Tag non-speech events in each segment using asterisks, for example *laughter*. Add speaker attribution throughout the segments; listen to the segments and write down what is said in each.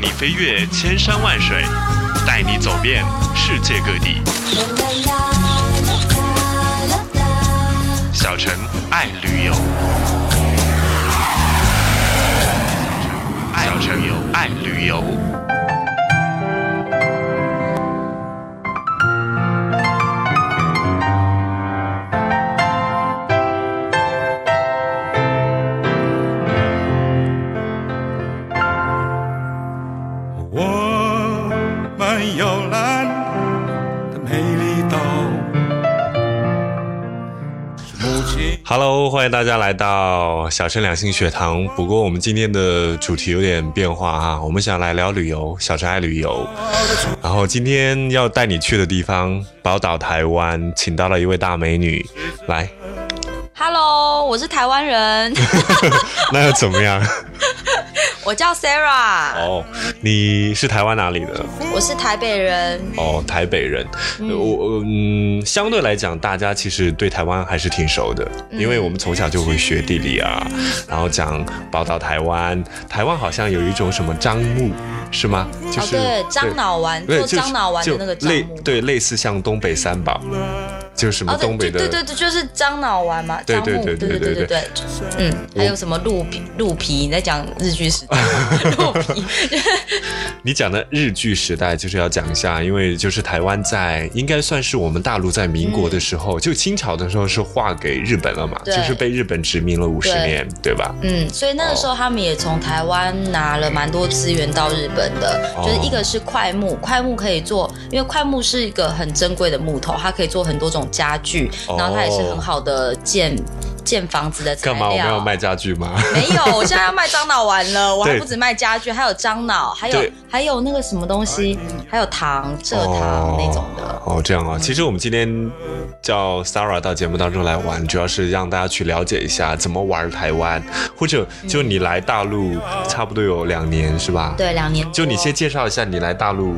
Speaker 1: 你飞越千山万水，带你走遍世界各地。小陈爱旅游，爱小陈有爱旅游。
Speaker 2: 我们有蓝的美丽岛，是母亲。
Speaker 1: Hello，欢迎大家来到小陈两性学堂。不过我们今天的主题有点变化哈、我们想来聊旅游，小陈爱旅游。然后今天要带你去的地方，宝岛台湾，请到了一位大美女，来，
Speaker 3: Hello，我是台
Speaker 1: *laughs*
Speaker 3: 湾人，
Speaker 1: 那又怎么样？
Speaker 3: 我叫 Sarah，
Speaker 1: 哦，你是台湾哪里的？
Speaker 3: 我是台北人。
Speaker 1: 哦，台北人。呃我我嗯，相对来讲，大家其实对台湾还是挺熟的，
Speaker 3: 嗯
Speaker 1: 因为我们从小就会学地理啊，然后讲报道台湾。台湾好像有一种什么樟木，是吗？就是、
Speaker 3: 哦，对，樟脑丸
Speaker 1: 对，
Speaker 3: 做
Speaker 1: 就是
Speaker 3: 樟脑丸的那个
Speaker 1: 就
Speaker 3: 樟
Speaker 1: 类
Speaker 3: 木，
Speaker 1: 对类似像东北三宝，就是什么
Speaker 3: 哦，对
Speaker 1: 东北的、
Speaker 3: 对对对，就是樟脑丸嘛，
Speaker 1: 对
Speaker 3: 樟木，
Speaker 1: 对对
Speaker 3: 对
Speaker 1: 对对
Speaker 3: 对对，嗯，还有什么鹿皮鹿皮？你在讲日剧时代吗，
Speaker 1: *laughs*
Speaker 3: 鹿皮，
Speaker 1: 你讲的日剧时代，就是要讲一下，因为就是台湾在应该算是我们大陆在民国的时候，就清朝的时候是划给日本了嘛，就
Speaker 3: 嗯对
Speaker 1: 是被日本殖民了五十
Speaker 3: 对
Speaker 1: 年，对吧？
Speaker 3: 嗯，所以那个时候他们也从台湾拿了蛮多资源到日本的，
Speaker 1: 哦
Speaker 3: 就是一个是快木，快木可以做，因为快木是一个很珍贵的木头，它可以做很多种家具，
Speaker 1: 哦
Speaker 3: 然后它也是很好的建建房子的材料。
Speaker 1: 干嘛？我们要卖家具
Speaker 3: *laughs*
Speaker 1: 吗？
Speaker 3: 没有，我现在要卖樟脑丸了，我还
Speaker 1: 对
Speaker 3: 不止卖家具，还有樟脑，还有
Speaker 1: 对哎
Speaker 3: 还有那个什么东西，还有糖、蔗糖那种的。嗯
Speaker 1: 哦，这样啊。其实我们今天叫 Sarah 到节目当中来玩，主要是让大家去了解一下怎么玩台湾，或者
Speaker 3: 嗯
Speaker 1: 就你来大陆差不多有两年是吧？。
Speaker 3: 对，两年多
Speaker 1: 就你先介绍一下你来大陆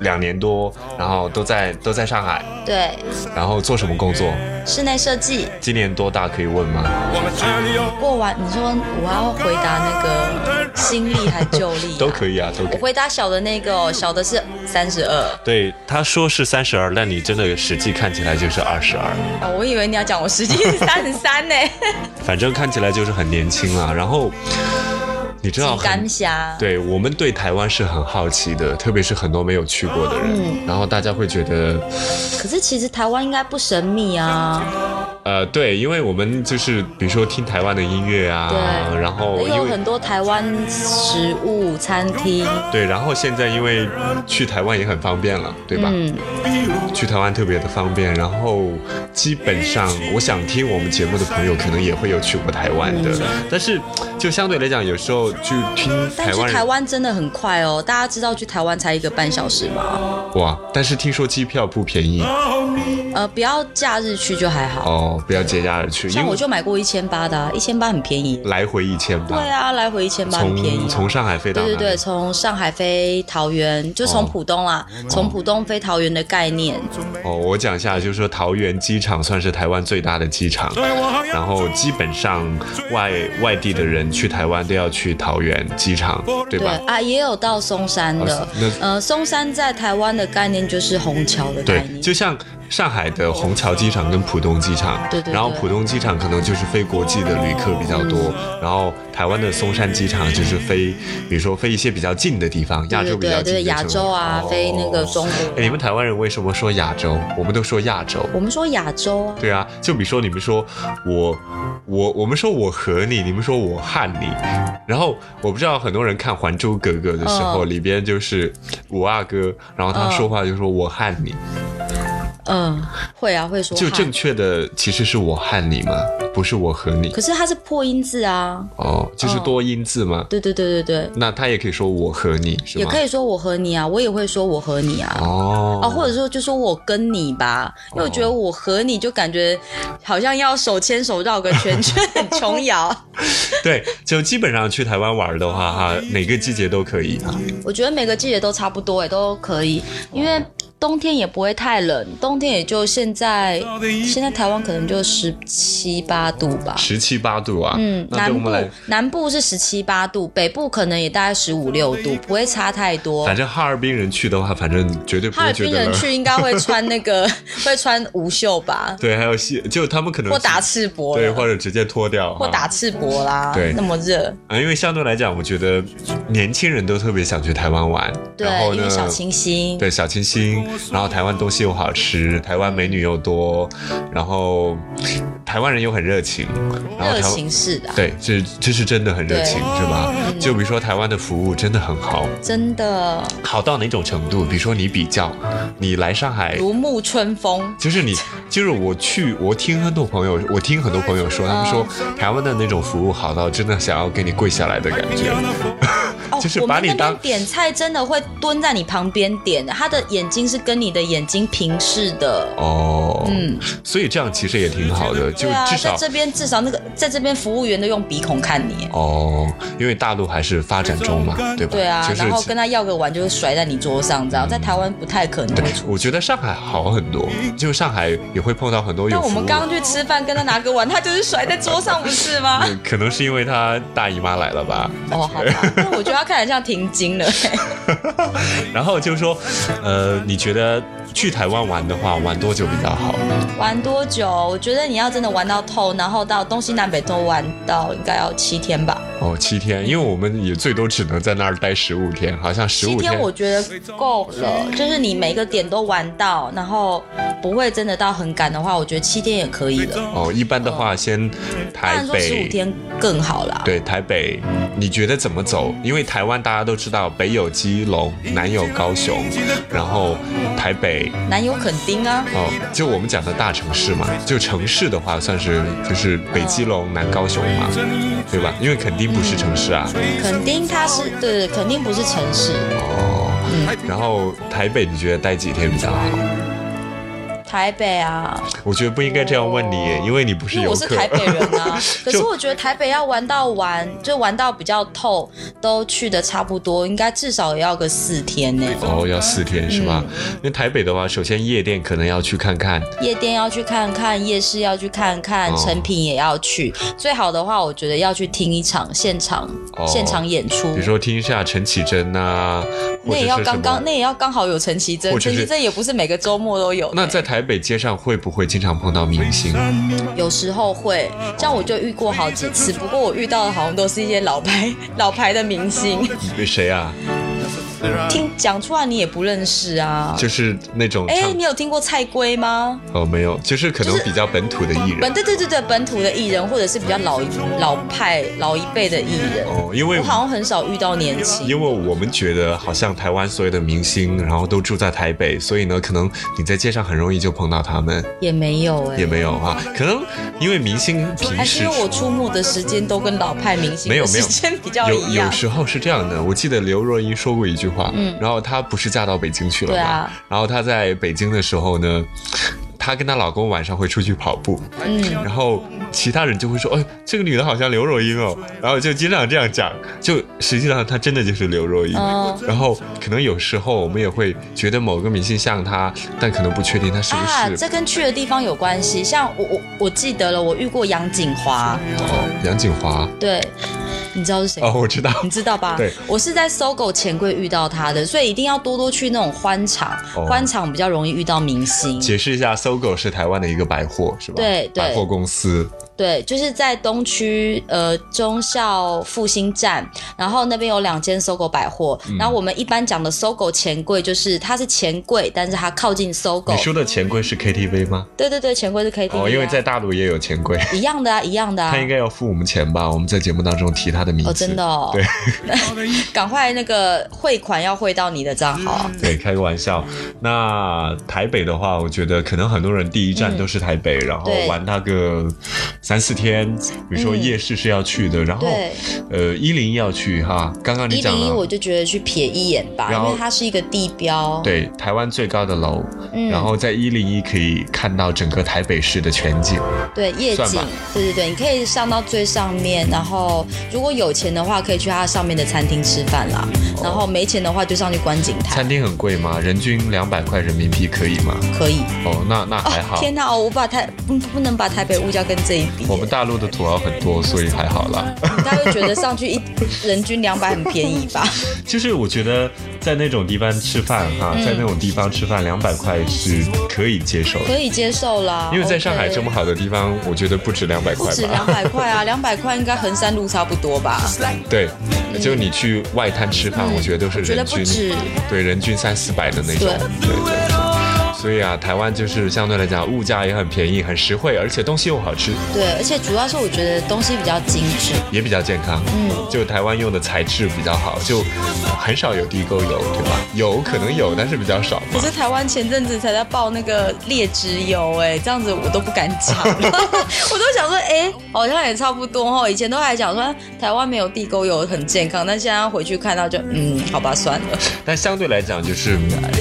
Speaker 1: 两年多，然后都在都在上海，
Speaker 3: 对
Speaker 1: 然后做什么工作？
Speaker 3: 室内设计
Speaker 1: 今年多大可以问吗？
Speaker 2: 我们这里有
Speaker 3: 过完，你说我要回答那个新历还旧历、啊、
Speaker 1: 都可以啊，都可
Speaker 3: 我
Speaker 1: 以。
Speaker 3: 回答小的那个、哦，小的是三十二。
Speaker 1: 对，他说是三十二，但你真的实际看起来就是二十二。
Speaker 3: 哦，我以为你要讲
Speaker 1: *laughs*
Speaker 3: 我实际是三十三呢。
Speaker 1: 反正看起来就是很年轻啦。然后你知道
Speaker 3: 鸡
Speaker 1: 啊很，
Speaker 3: 肝虾，
Speaker 1: 对我们对台湾是很好奇的，特别是很多没有去过的人，
Speaker 3: 嗯
Speaker 1: 然后大家会觉得，
Speaker 3: 可是其实台湾应该不神秘啊，
Speaker 1: 呃，对，因为我们就是比如说听台湾的音乐啊，
Speaker 3: 对
Speaker 1: 然后
Speaker 3: 也
Speaker 1: 因
Speaker 3: 有
Speaker 1: 为
Speaker 3: 很多台湾食物餐厅。
Speaker 1: 对，然后现在因为去台湾也很方便了，对吧？
Speaker 3: 嗯，
Speaker 1: 去台湾特别的方便，然后基本上我想听我们节目的朋友可能也会有去过台湾
Speaker 3: 嗯
Speaker 1: 的，但是就相对来讲，有时候去听
Speaker 3: 但
Speaker 1: 台
Speaker 3: 去
Speaker 1: 湾人
Speaker 3: 台湾真的很快哦，大家知道去台湾才一个半小时吗？
Speaker 1: 哇，但是听说机票不便
Speaker 3: *gasps*
Speaker 1: 宜。
Speaker 3: 呃，不要假日去就还好，
Speaker 1: 嗯哦，不要节假日去，因
Speaker 3: 像
Speaker 1: 为
Speaker 3: 我就买过一千八的、啊，一千八很便宜。
Speaker 1: 来回一千八，
Speaker 3: 对啊，来回一千八很便宜
Speaker 1: 从。从上海飞到
Speaker 3: 对对
Speaker 1: 哪
Speaker 3: 对，
Speaker 1: 里
Speaker 3: 从上海飞桃园，就
Speaker 1: 哦
Speaker 3: 从浦东啦，从浦东飞桃园的概念。
Speaker 1: 哦，我讲一下，就是说桃园机场算是台湾最大的机场，
Speaker 2: 对我好
Speaker 1: 然
Speaker 2: 像
Speaker 1: 后基本上外外地的人去台湾都要去桃园机场，对
Speaker 3: 对
Speaker 1: 吧？
Speaker 3: 啊，也有到松山的
Speaker 1: 哦那。
Speaker 3: 呃，松山在台湾的概念就是虹桥的概
Speaker 1: 对，
Speaker 3: 念。
Speaker 1: 就像上海的虹桥机场跟浦东机场，
Speaker 3: 对对对
Speaker 1: 然后浦东机场可能就是飞国际的旅客比较多，
Speaker 3: 嗯
Speaker 1: 然后台湾的松山机场就是飞，比如说飞一些比较近的地方，亚
Speaker 3: 对
Speaker 1: 洲比
Speaker 3: 对
Speaker 1: 较
Speaker 3: 对
Speaker 1: 近的
Speaker 3: 对，亚
Speaker 1: 城市
Speaker 3: 洲啊，飞那个。中
Speaker 1: 哦哎，你
Speaker 3: 国。
Speaker 1: 们台湾人为什么说亚洲？我们都说亚洲。
Speaker 3: 我们说亚洲啊，
Speaker 1: 对啊，就比如说你们说我我我们说我和你，你们说我和你，然后我不知道很多人看《还珠格格》的时候，
Speaker 3: 嗯
Speaker 1: 里边就是我阿哥，然后他说话就说我和你，
Speaker 3: 嗯，会啊，会说
Speaker 1: 就
Speaker 3: 汉
Speaker 1: 正确的其实是我和你嘛，不是我和你
Speaker 3: 可是它是破音字啊。
Speaker 1: 哦，就是
Speaker 3: 嗯
Speaker 1: 多音字嘛。
Speaker 3: 对对对对对，
Speaker 1: 那他也可以说我和你是吗？
Speaker 3: 也可以说我和你啊，我也会说我和你啊。
Speaker 1: 哦
Speaker 3: 啊，或者说就说我跟你吧，因为我觉得我和你就感觉好像要手牵手绕个
Speaker 1: *laughs*
Speaker 3: 圈圈，很琼瑶。
Speaker 1: 对，就基本上去台湾玩的
Speaker 3: 哦
Speaker 1: 话哈，哪个季节都可以啊。
Speaker 3: 欸我觉得每个季节都差不多，哎，都可以，因为。冬天也不会太冷，冬天也就现在
Speaker 2: 早的一
Speaker 3: 现在台湾可能就十七八度吧。
Speaker 1: 十七八度啊，
Speaker 3: 嗯，
Speaker 1: 那对
Speaker 3: 南
Speaker 1: 我
Speaker 3: 部
Speaker 1: 们来，
Speaker 3: 南部是十七八度，北部可能也大概十五六
Speaker 1: *laughs*
Speaker 3: 度，不会差太多。
Speaker 1: 反正哈尔滨人去的话，反正绝对不
Speaker 3: 哈
Speaker 1: 会
Speaker 3: 尔
Speaker 1: 觉
Speaker 3: 滨
Speaker 1: 得
Speaker 3: 人
Speaker 1: 冷。
Speaker 3: 去应该会穿那个， *laughs* 会穿无袖吧，
Speaker 1: 对，还有西，就他们可能
Speaker 3: 或打赤膊
Speaker 1: 对，
Speaker 3: 了，
Speaker 1: 或者直接脱掉，
Speaker 3: 或
Speaker 1: 啊
Speaker 3: 打赤膊啦。
Speaker 1: 对
Speaker 3: 那么热，
Speaker 1: 啊，因为相对来讲，我觉得年轻人都特别想去台湾玩，
Speaker 3: 对
Speaker 1: 然后，
Speaker 3: 因为
Speaker 1: 呢，
Speaker 3: 小清新，
Speaker 1: 对小清新，然后台湾东西又好吃，台湾美女又多，然后台湾人又很热情，然后台
Speaker 3: 热
Speaker 1: 湾
Speaker 3: 情式的啊，
Speaker 1: 对，这这是真的很热情，
Speaker 3: 对嗯
Speaker 1: 是吧？就比如说台湾的服务真的很好，
Speaker 3: 真的
Speaker 1: 好到哪种程度？比如说你比较，你来上海。
Speaker 3: 如沐春风。
Speaker 1: 就是
Speaker 3: *laughs*
Speaker 1: 你，就是我去，我听很多朋友，我听很多朋友说，他们说
Speaker 3: 嗯
Speaker 1: 台湾的那种服务好到真的想要给你跪下来的感觉。
Speaker 3: 哦，
Speaker 1: 就是
Speaker 3: 我
Speaker 1: 把
Speaker 3: 们
Speaker 1: 你
Speaker 3: 那
Speaker 1: 当
Speaker 3: 边点菜真的会蹲在你旁边点的，他的眼睛是跟你的眼睛平视的。
Speaker 1: 哦，
Speaker 3: 嗯，
Speaker 1: 所以这样其实也挺好的，就
Speaker 3: 对啊，
Speaker 1: 至少、
Speaker 3: 在这边至少那个在这边服务员都用鼻孔看你。
Speaker 1: 哦，因为大陆还是发展中嘛，对吧？
Speaker 3: 对啊，
Speaker 1: 就是
Speaker 3: 然后跟他要个碗，就会甩在你桌上，这样在台湾不太可能会出。
Speaker 1: 我觉得上海好很多，就上海也会碰到很多有
Speaker 3: 嗯但我
Speaker 1: 服务
Speaker 3: 们刚刚去吃饭，跟他拿个碗，他就是甩在桌上，不是
Speaker 1: *laughs*
Speaker 3: 吗？
Speaker 1: 的可能是因为他大姨妈来了吧，
Speaker 3: 哦，好吧，那我觉得他看起来像停经了、 *laughs* 欸。
Speaker 1: 然后就说，呃，你觉得去台湾玩的话，玩多久比较好？
Speaker 3: 玩多久？我觉得你要真的玩到透，然后到东西南北都玩到，应该要七天吧。
Speaker 1: 哦，七天，因为我们也最多只能在那儿待十五天，好像十
Speaker 3: 七
Speaker 1: 五
Speaker 3: 天我觉得够了，就是你每个点都玩到，然后不会真的到很赶的话，我觉得七天也可以了。
Speaker 1: 哦，一般的话先
Speaker 3: 当
Speaker 1: 台
Speaker 3: 然说十
Speaker 1: 北
Speaker 3: 五天更好啦。
Speaker 1: 对台北，你觉得怎么走？因为台湾大家都知道，北有基隆，南有高雄，然后台北
Speaker 3: 南有垦丁啊，
Speaker 1: 哦，就我们讲的大城市嘛，就城市的话，算是就是北基隆、南高雄嘛，对吧？因为肯定不是城市啊。
Speaker 3: 垦丁它是对，垦丁不是城市，
Speaker 1: 哦，然后台北你觉得待几天比较好？
Speaker 3: 台北啊，
Speaker 1: 我觉得不应该这样问你耶，因为你不是
Speaker 3: 因为
Speaker 1: 游
Speaker 3: 我是
Speaker 1: 客。
Speaker 3: 台北人 *laughs* 啊。可是
Speaker 1: 就
Speaker 3: 我觉得台北要玩到玩，就玩到比较透，都去的差不多，应该至少也要个四天呢、
Speaker 1: 哦，要四天是吧？
Speaker 3: 嗯
Speaker 1: 因为台北的话，首先夜店可能要去看看，
Speaker 3: 夜店要去看看，夜市要去看看
Speaker 1: 哦，
Speaker 3: 成品也要去。最好的话，我觉得要去听一场现场、
Speaker 1: 哦
Speaker 3: 现场演出
Speaker 1: 比如。说听一下陈绮贞呐，或
Speaker 3: 那
Speaker 1: 者
Speaker 3: 也要
Speaker 1: 是什
Speaker 3: 刚
Speaker 1: 么
Speaker 3: 刚，那也要刚好有陈绮贞
Speaker 1: 或，者
Speaker 3: 陈
Speaker 1: 是
Speaker 3: 绮贞也不是每个周末都有的。
Speaker 1: 那在台北街上会不会经常碰到明星？
Speaker 3: 有时候会，像我就遇过好几次，不过我遇到的好像都是一些老牌老牌的
Speaker 1: *laughs*
Speaker 3: 明星，
Speaker 1: 谁啊？
Speaker 3: 听讲出来你也不认识啊。
Speaker 1: 就是那种
Speaker 3: 哎、
Speaker 1: 唱
Speaker 3: 你有听过蔡圭吗？
Speaker 1: 哦，没有，就是可能比较本土的艺
Speaker 3: 本
Speaker 1: 人
Speaker 3: 对对对对，本土的艺人或者是比较老一老派老一辈的艺人，
Speaker 1: 哦，因为
Speaker 3: 我好像很少遇到年轻。
Speaker 1: 因为我们觉得好像台湾所有的明星，然后都住在台北，所以呢，可能你在街上很容易就碰到他们，
Speaker 3: 也没有哎、
Speaker 1: 也没有啊，可能因为明星平
Speaker 3: 还是
Speaker 1: 时
Speaker 3: 因为我出没的时间都跟老派明星
Speaker 1: 没有
Speaker 3: 的
Speaker 1: 没有
Speaker 3: 时间比较
Speaker 1: 有
Speaker 3: 一样
Speaker 1: 有。时候是这样的，我记得刘若英说过一句话，
Speaker 3: 嗯
Speaker 1: 然后她不是嫁到北京去了
Speaker 3: 对
Speaker 1: 吗？
Speaker 3: 啊
Speaker 1: 然后她在北京的时候呢， *sniffs* 她跟她老公晚上会出去跑步，
Speaker 3: 嗯，
Speaker 1: 然后其他人就会说，哎，这个女的好像刘若英哦，然后就经常这样讲，就实际上她真的就是刘若英。
Speaker 3: 哦
Speaker 1: 然后可能有时候我们也会觉得某个明星像她，但可能不确定她是不
Speaker 3: 啊，
Speaker 1: 是。
Speaker 3: 这跟去的地方有关系。像我我我记得了，我遇过杨锦华，
Speaker 1: 哦，杨锦华。
Speaker 3: 对，你知道是谁吗？
Speaker 1: 哦，我知道。
Speaker 3: 你知道吧？
Speaker 1: 对，
Speaker 3: 我是在搜狗钱柜遇到他的，所以一定要多多去那种欢场，
Speaker 1: 哦
Speaker 3: 欢场比较容易遇到明星。
Speaker 1: 解释一下，搜狗是台湾的一个百货，是吧？
Speaker 3: 对对
Speaker 1: 百货公司。
Speaker 3: 对，就是在东区呃忠孝复兴站，然后那边有两间搜狗百货，
Speaker 1: 嗯
Speaker 3: 然后我们一般讲的搜狗钱柜就是它是钱柜，但是它靠近搜狗
Speaker 1: 你。说的钱柜是 KTV 吗？
Speaker 3: 对对对，钱柜是 KTV 啊、
Speaker 1: 哦，因为在大陆也有钱柜，
Speaker 3: 一样的啊，一样的啊
Speaker 1: 他。应该要付我们钱吧？我们在节目当中提他的名字。
Speaker 3: 哦，真的哦，
Speaker 1: 对
Speaker 3: *laughs* 赶快那个汇款要汇到你的账号。
Speaker 1: 对，开个玩笑。那台北的话，我觉得可能很多人第一站都是台北，然后
Speaker 3: 对
Speaker 1: 玩那个三四天，比如说夜市是要去的，然后
Speaker 3: 对
Speaker 1: 呃一零一要去哈，刚刚你
Speaker 3: 一
Speaker 1: 讲
Speaker 3: 零一我
Speaker 1: 了。
Speaker 3: 就觉得去瞥一眼吧，
Speaker 1: 然
Speaker 3: 因
Speaker 1: 后
Speaker 3: 为它是一个地标。，
Speaker 1: 对，台湾最高的楼，
Speaker 3: 嗯
Speaker 1: 然后在一零一可以看到整个台北市的全景。
Speaker 3: 对夜
Speaker 1: 算
Speaker 3: 景
Speaker 1: 吧，
Speaker 3: 对对对，你可以上到最上面，然后如果有钱的话，可以去它上面的餐厅吃饭啦。
Speaker 1: 哦
Speaker 3: 然后没钱的话，就上去观景台
Speaker 1: 餐，厅很贵吗？人均两百块人民币可以吗？
Speaker 3: 可以。
Speaker 1: 哦，那那还
Speaker 3: 哦，
Speaker 1: 好。
Speaker 3: 天哪！哦，我把台不不能把台北物价跟这一比，
Speaker 1: 我们大陆的土豪很多，所以还好 *laughs* 啦。
Speaker 3: 大家会觉得上去
Speaker 1: *laughs*
Speaker 3: 一人均两百很便宜吧？ *laughs*
Speaker 1: 就是我觉得在那种地方吃饭哈，
Speaker 3: 嗯
Speaker 1: 在那种地方吃饭两百块是可以接受的，
Speaker 3: 可以接受啦，
Speaker 1: 因为在上海
Speaker 3: OK
Speaker 1: 这么好的地方，我觉得不止两百
Speaker 3: 不
Speaker 1: 块
Speaker 3: 止两
Speaker 1: 吧。
Speaker 3: 百块啊，两百块应该衡山路差不多吧？
Speaker 1: *laughs* 对，就你去外滩吃饭，我觉得都是
Speaker 3: 觉得
Speaker 1: 人
Speaker 3: 不
Speaker 1: 均
Speaker 3: 止，
Speaker 1: 对，人均三四百的那种。
Speaker 3: 对
Speaker 1: 对对对。所以啊，台湾就是相对来讲物价也很便宜，很实惠，而且东西又好吃，
Speaker 3: 对，而且主要是我觉得东西比较精致，
Speaker 1: 也比较健康。
Speaker 3: 嗯，
Speaker 1: 就台湾用的材质比较好，就很少有地沟油，对吧？有可能有，但是比较少嘛
Speaker 3: 可。是台湾前阵子才在爆那个劣质油、哎，这样子我都不敢 *laughs* 讲，我都想说，哎、好像也差不多哦。以前都还讲说台湾没有地沟油很健康，但现在回去看到就，嗯，好吧，算了。
Speaker 1: 但相对来讲就是哎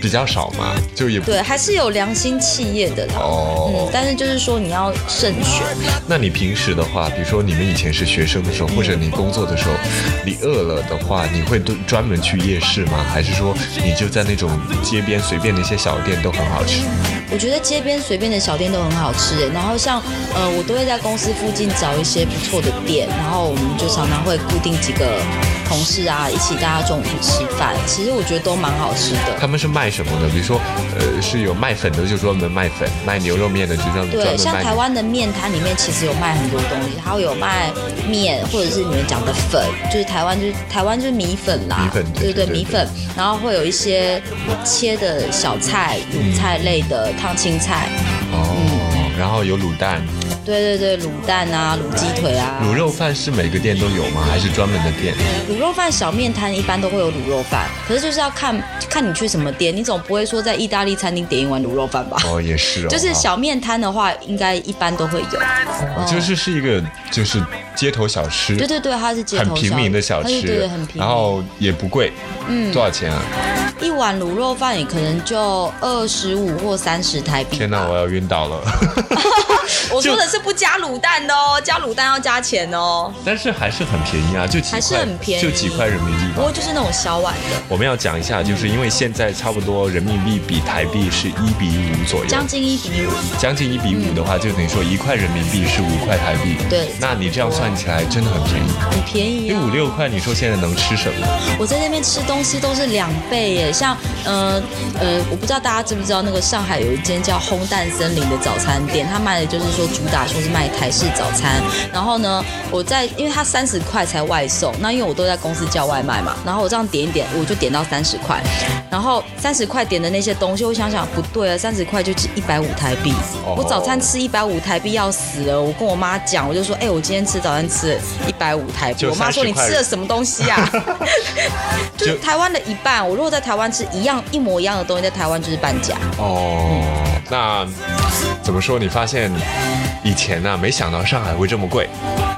Speaker 1: 比较少嘛，就也不
Speaker 3: 对，还是有良心企业的啦。嗯
Speaker 1: 哦，。
Speaker 3: 但是就是说你要慎选，
Speaker 1: 那你平时的话，比如说你们以前是学生的时候，或者你工作的时候，你饿了的话，你会都专门去夜市吗？还是说你就在那种街边随便的一些小店都很好吃？
Speaker 3: 我觉得街边随便的小店都很好吃欸诶，然后像呃，我都会在公司附近找一些不错的店，然后我们就常常会固定几个同事啊，一起大家中午去吃饭。其实我觉得都蛮好吃的。
Speaker 1: 他们是卖什么的？比如说，呃，是有卖粉的，就专门卖粉；卖牛肉面的，就专门专
Speaker 3: 对，
Speaker 1: 门
Speaker 3: 像
Speaker 1: 卖
Speaker 3: 台
Speaker 1: 牛。
Speaker 3: 湾的面摊里面其实有卖很多东西，还有有卖面，或者是你们讲的粉，就是台湾就是台湾就是米粉啦，
Speaker 1: 米粉对对
Speaker 3: 对
Speaker 1: 对
Speaker 3: 米粉，然后会有一些切的小菜、卤菜
Speaker 1: 嗯
Speaker 3: 类的烫青菜，
Speaker 1: 哦，
Speaker 3: 嗯
Speaker 1: 然后有卤蛋，
Speaker 3: 对对对，卤蛋啊、卤鸡腿啊，
Speaker 1: 卤肉饭是每个店都有吗？还是专门的店？
Speaker 3: 卤肉饭小面摊一般都会有卤肉饭，可是就是要看看你去什么店，你总不会说在意大利餐厅点一碗卤肉饭吧？
Speaker 1: 哦，也是哦，
Speaker 3: 就是
Speaker 1: 哈
Speaker 3: 小面摊的话，应该一般都会有。嗯
Speaker 1: 就是是一个就是街头小吃，
Speaker 3: 对对对，它是街
Speaker 1: 很
Speaker 3: 头
Speaker 1: 平民的小
Speaker 3: 它是
Speaker 1: 吃，
Speaker 3: 对对很平民。
Speaker 1: 然后也不贵，
Speaker 3: 嗯
Speaker 1: 多少钱啊？
Speaker 3: 一碗卤肉饭也可能就二十五或三十台币。
Speaker 1: 天哪，我要晕
Speaker 3: *laughs*
Speaker 1: 倒了！
Speaker 3: 我说的是不加卤蛋的哦，加卤蛋要加钱哦。
Speaker 1: 但是还是很便宜啊，就几块，
Speaker 3: 还是很便宜
Speaker 1: 就几块人民币
Speaker 3: 不过
Speaker 1: 吧。
Speaker 3: 就是那种小碗的，
Speaker 1: 我们要讲一下，就是因为现在差不多人民币比台币是一比五左右，
Speaker 3: 将近一比五。
Speaker 1: 将近一比五的话，就等于说一块人民币是五块台币。
Speaker 3: 对
Speaker 1: 那你这样算起来真的很便宜，
Speaker 3: 很便宜、
Speaker 1: 因
Speaker 3: 啊，
Speaker 1: 为五六块，你说现在能吃什么？
Speaker 3: 我在那边吃东西都是两倍耶，像呃呃，我不知道大家知不知道，那个上海有一间叫烘蛋森林的早餐店，它卖的就是说主打说是卖台式早餐。然后呢，我在因为它三十块才外送，那因为我都在公司叫外卖嘛，然后我这样点一点，我就点到三十块，然后三十块点的那些东西，我想想不对啊，三十块就只一百五台币，
Speaker 1: 哦
Speaker 3: 我早餐吃一百五台币要死了，我跟我妈讲，我就说，哎、我今天吃早餐吃一百五台币，
Speaker 1: 就
Speaker 3: 我妈说
Speaker 1: 30
Speaker 3: 你
Speaker 1: 块
Speaker 3: 吃了什么东西
Speaker 1: *laughs*
Speaker 3: 啊？就是
Speaker 1: 就
Speaker 3: 台湾的一半。我如果在台湾吃一样一模一样的东西，在台湾就是半价。
Speaker 1: 哦，那怎么说？你发现以前呢、没想到上海会这么贵，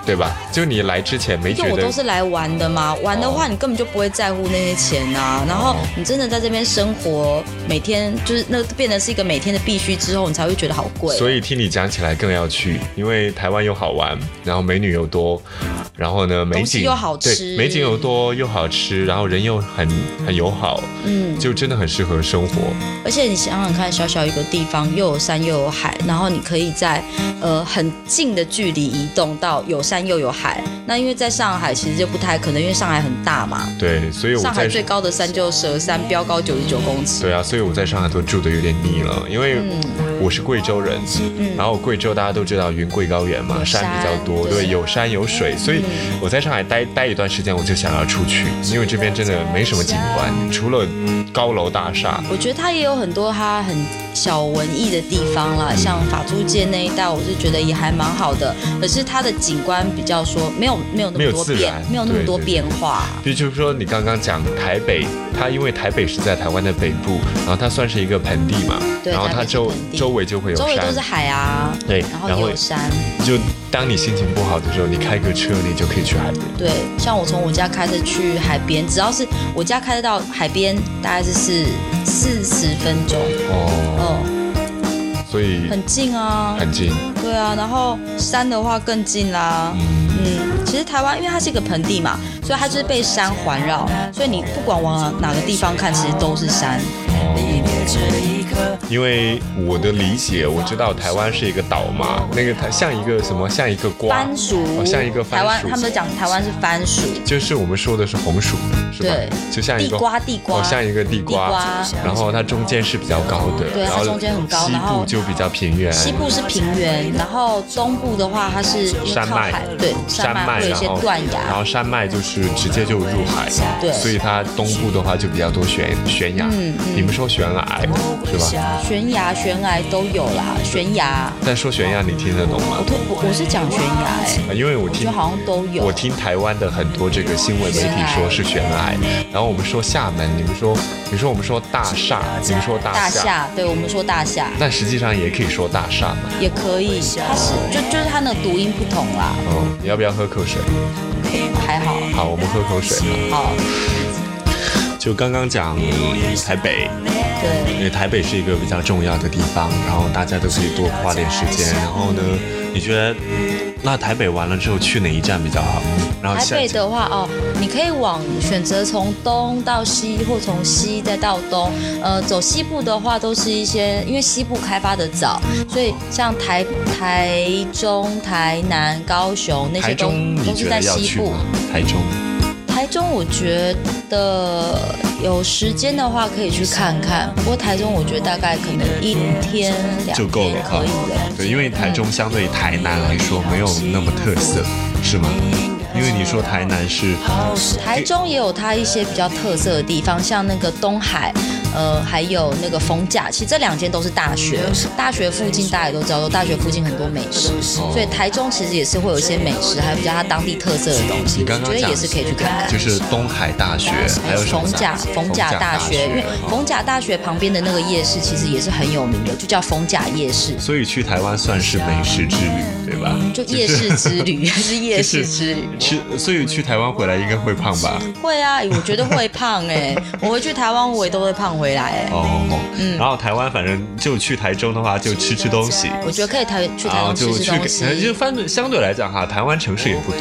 Speaker 1: 对吧？就你来之前没
Speaker 3: 因
Speaker 1: 觉
Speaker 3: 为我
Speaker 1: 得哦
Speaker 3: 都，是来玩的嘛，玩的话你根本就不会在乎那些钱啊。然后你真的在这边生活，每天就是那变成是一个每天的必须之后，你才会觉得好贵。
Speaker 1: 所以听你讲起来更要去，因为台湾又好玩，然后美女又多，然后呢美
Speaker 3: 东西
Speaker 1: 景
Speaker 3: 又好吃
Speaker 1: 对，美景又多又好吃，然后人又很很友好，
Speaker 3: 嗯，
Speaker 1: 就真的很适合生活。
Speaker 3: 而且你想想看，小小一个地方又有山又有海，然后你可以在呃很近的距离移动到有山又有海。那因为在上海其实就不太可能，因为上海很大嘛。
Speaker 1: 对，所以我
Speaker 3: 上海
Speaker 1: 在
Speaker 3: 最高的山就蛇山，标高九十九公尺。
Speaker 1: 对啊，所以我在上海都住的有点腻了，因为
Speaker 3: 嗯
Speaker 1: 我是贵州人，然后贵州大家都知道云贵高原嘛，
Speaker 3: 有
Speaker 1: 山比较
Speaker 3: 山
Speaker 1: 多，
Speaker 3: 对嗯
Speaker 1: 对，有山有水，所以我在上海待待一段时间，我就想要出去，因为这边真的没什么景观，除了高楼大厦。
Speaker 3: 我觉得它也有很多它很小文艺的地方
Speaker 1: 嗯
Speaker 3: 啦，像法租界那一带，我是觉得也还蛮好的。可是它的景观比较说没有没有那
Speaker 1: 没
Speaker 3: 么
Speaker 1: 有
Speaker 3: 多
Speaker 1: 自
Speaker 3: 变
Speaker 1: 然，
Speaker 3: 没有那么
Speaker 1: 对
Speaker 3: 多
Speaker 1: 对
Speaker 3: 变
Speaker 1: 对
Speaker 3: 化。
Speaker 1: 比如说你刚刚讲台北，它因为台北是在台湾的北部，然后它算是一个盆地嘛，
Speaker 3: 对
Speaker 1: 然后
Speaker 3: 台
Speaker 1: 它
Speaker 3: 北是
Speaker 1: 周
Speaker 3: 盆地
Speaker 1: 周围就会有
Speaker 3: 周围都
Speaker 1: 山
Speaker 3: 是，海啊，
Speaker 1: 对
Speaker 3: 然后
Speaker 1: 然
Speaker 3: 也
Speaker 1: 后
Speaker 3: 有山，
Speaker 1: 就当你心情不好的时候，你开个车你就可以去海边。
Speaker 3: 对，像我从我家开车去海边，只要是我家开到海边，大概就是四十分钟，
Speaker 1: 哦，
Speaker 3: 嗯，
Speaker 1: 所以
Speaker 3: 很近啊，
Speaker 1: 很近，
Speaker 3: 对啊，然后山的话更近啦，
Speaker 1: 嗯，
Speaker 3: 嗯，其实台湾因为它是一个盆地嘛，所以它就是被山环绕，所以你不管往哪个地方看，其实都是山，
Speaker 1: 哦因为我的理解，我知道台湾是一个岛嘛，那个它像一个什么，像一个瓜，
Speaker 3: 番薯
Speaker 1: 哦，像一个番
Speaker 3: 台湾
Speaker 1: 薯
Speaker 3: 他们都讲台湾是番薯，
Speaker 1: 就是我们说的是红薯，是吧
Speaker 3: 对？
Speaker 1: 就像一
Speaker 3: 地
Speaker 1: 个
Speaker 3: 瓜地瓜
Speaker 1: 哦，像一个地
Speaker 3: 地
Speaker 1: 瓜
Speaker 3: 瓜，
Speaker 1: 然后它中间是比较高的，
Speaker 3: 对它
Speaker 1: 然后
Speaker 3: 中间很高
Speaker 1: 西
Speaker 3: 然后
Speaker 1: 部就比较平原，
Speaker 3: 西部是平原，然后东部的话它是因为靠
Speaker 1: 山脉
Speaker 3: 海，对，山脉会有一
Speaker 1: 然
Speaker 3: 些
Speaker 1: 后
Speaker 3: 断崖，
Speaker 1: 然后山脉就是直接就入海，
Speaker 3: 对
Speaker 1: 所以它东部的话就比较多悬悬崖，
Speaker 3: 嗯嗯
Speaker 1: 你们说悬崖是吧？
Speaker 3: 悬崖、悬崖都有啦，悬崖，
Speaker 1: 但说悬崖你听得懂吗
Speaker 3: 我？我我是讲悬崖、欸，
Speaker 1: 啊因为我
Speaker 3: 我觉
Speaker 1: 听
Speaker 3: 得好像都有。
Speaker 1: 我听台湾的很多这个新闻媒体说是悬崖，然后我们说厦门，你们说你说我们说大厦，你们说
Speaker 3: 大夏，对我们说大夏
Speaker 1: 但实际上也可以说大厦嘛。
Speaker 3: 也可以，它是就就是它那个读音不同啦，
Speaker 1: 哦，你要不要喝口水？
Speaker 3: 还好，
Speaker 1: 好，我们喝口水。
Speaker 3: 好，
Speaker 1: 就刚刚讲台北，
Speaker 3: 对
Speaker 1: 因为台北是一个比较重要的地方，然后大家都可以多花点时间。然后呢，你觉得那台北完了之后去哪一站比较好？然后
Speaker 3: 台
Speaker 1: 下
Speaker 3: 北的话哦，你可以往选择从东到西，或从西再到东。呃，走西部的话，都是一些因为西部开发的早，所以像台台中、台南、高雄那些
Speaker 1: 台
Speaker 3: 都
Speaker 1: 中，你
Speaker 3: 都
Speaker 1: 觉
Speaker 3: 是
Speaker 1: 得
Speaker 3: 在
Speaker 1: 要
Speaker 3: 西
Speaker 1: 去
Speaker 3: 部
Speaker 1: 吗。？台中，
Speaker 3: 台中我觉得有时间的话可以去看看，不过台中我觉得大概可能一天两
Speaker 1: 就
Speaker 3: 天
Speaker 1: 够了啊
Speaker 3: 可以了。
Speaker 1: 对，因为台中相对台南来说没有那么特色，是吗？因为你说台南是
Speaker 3: 台中也有它一些比较特色的地方，像那个东海，呃，还有那个逢甲，其实这两间都是大学，
Speaker 1: 嗯
Speaker 3: 大学附近大家也都知道，大学附近很多美食，所以台中其实也是会有一些美食，还有比较它当地特色的东西，
Speaker 1: 你
Speaker 3: 我
Speaker 1: 嗯刚
Speaker 3: 觉
Speaker 1: 刚
Speaker 3: 得
Speaker 1: 讲
Speaker 3: 也是可以去看看。
Speaker 1: 就是东海大学，还有什么
Speaker 3: 哎逢甲逢甲大学，因为
Speaker 1: 嗯
Speaker 3: 逢甲大学旁边的那个夜市其实也是很有名的，就叫逢甲夜市，
Speaker 1: 所以去台湾算是美食之旅，对吧？
Speaker 3: 嗯就夜市之
Speaker 1: *laughs*
Speaker 3: 旅，是夜市之旅。
Speaker 1: 去，所以去台湾回来应该会胖吧？
Speaker 3: 会啊，我觉得会胖哎、我回去台湾我也都会胖回来哎、
Speaker 1: 哦，然后台湾反正就去台中的话，就吃吃东西，
Speaker 3: 我觉得可以台去台
Speaker 1: 然后
Speaker 3: 湾吃
Speaker 1: 啊就
Speaker 3: 吃
Speaker 1: 去
Speaker 3: 东
Speaker 1: 给，呃就
Speaker 3: 西，
Speaker 1: 反正相对来讲哈，台湾城市也不多，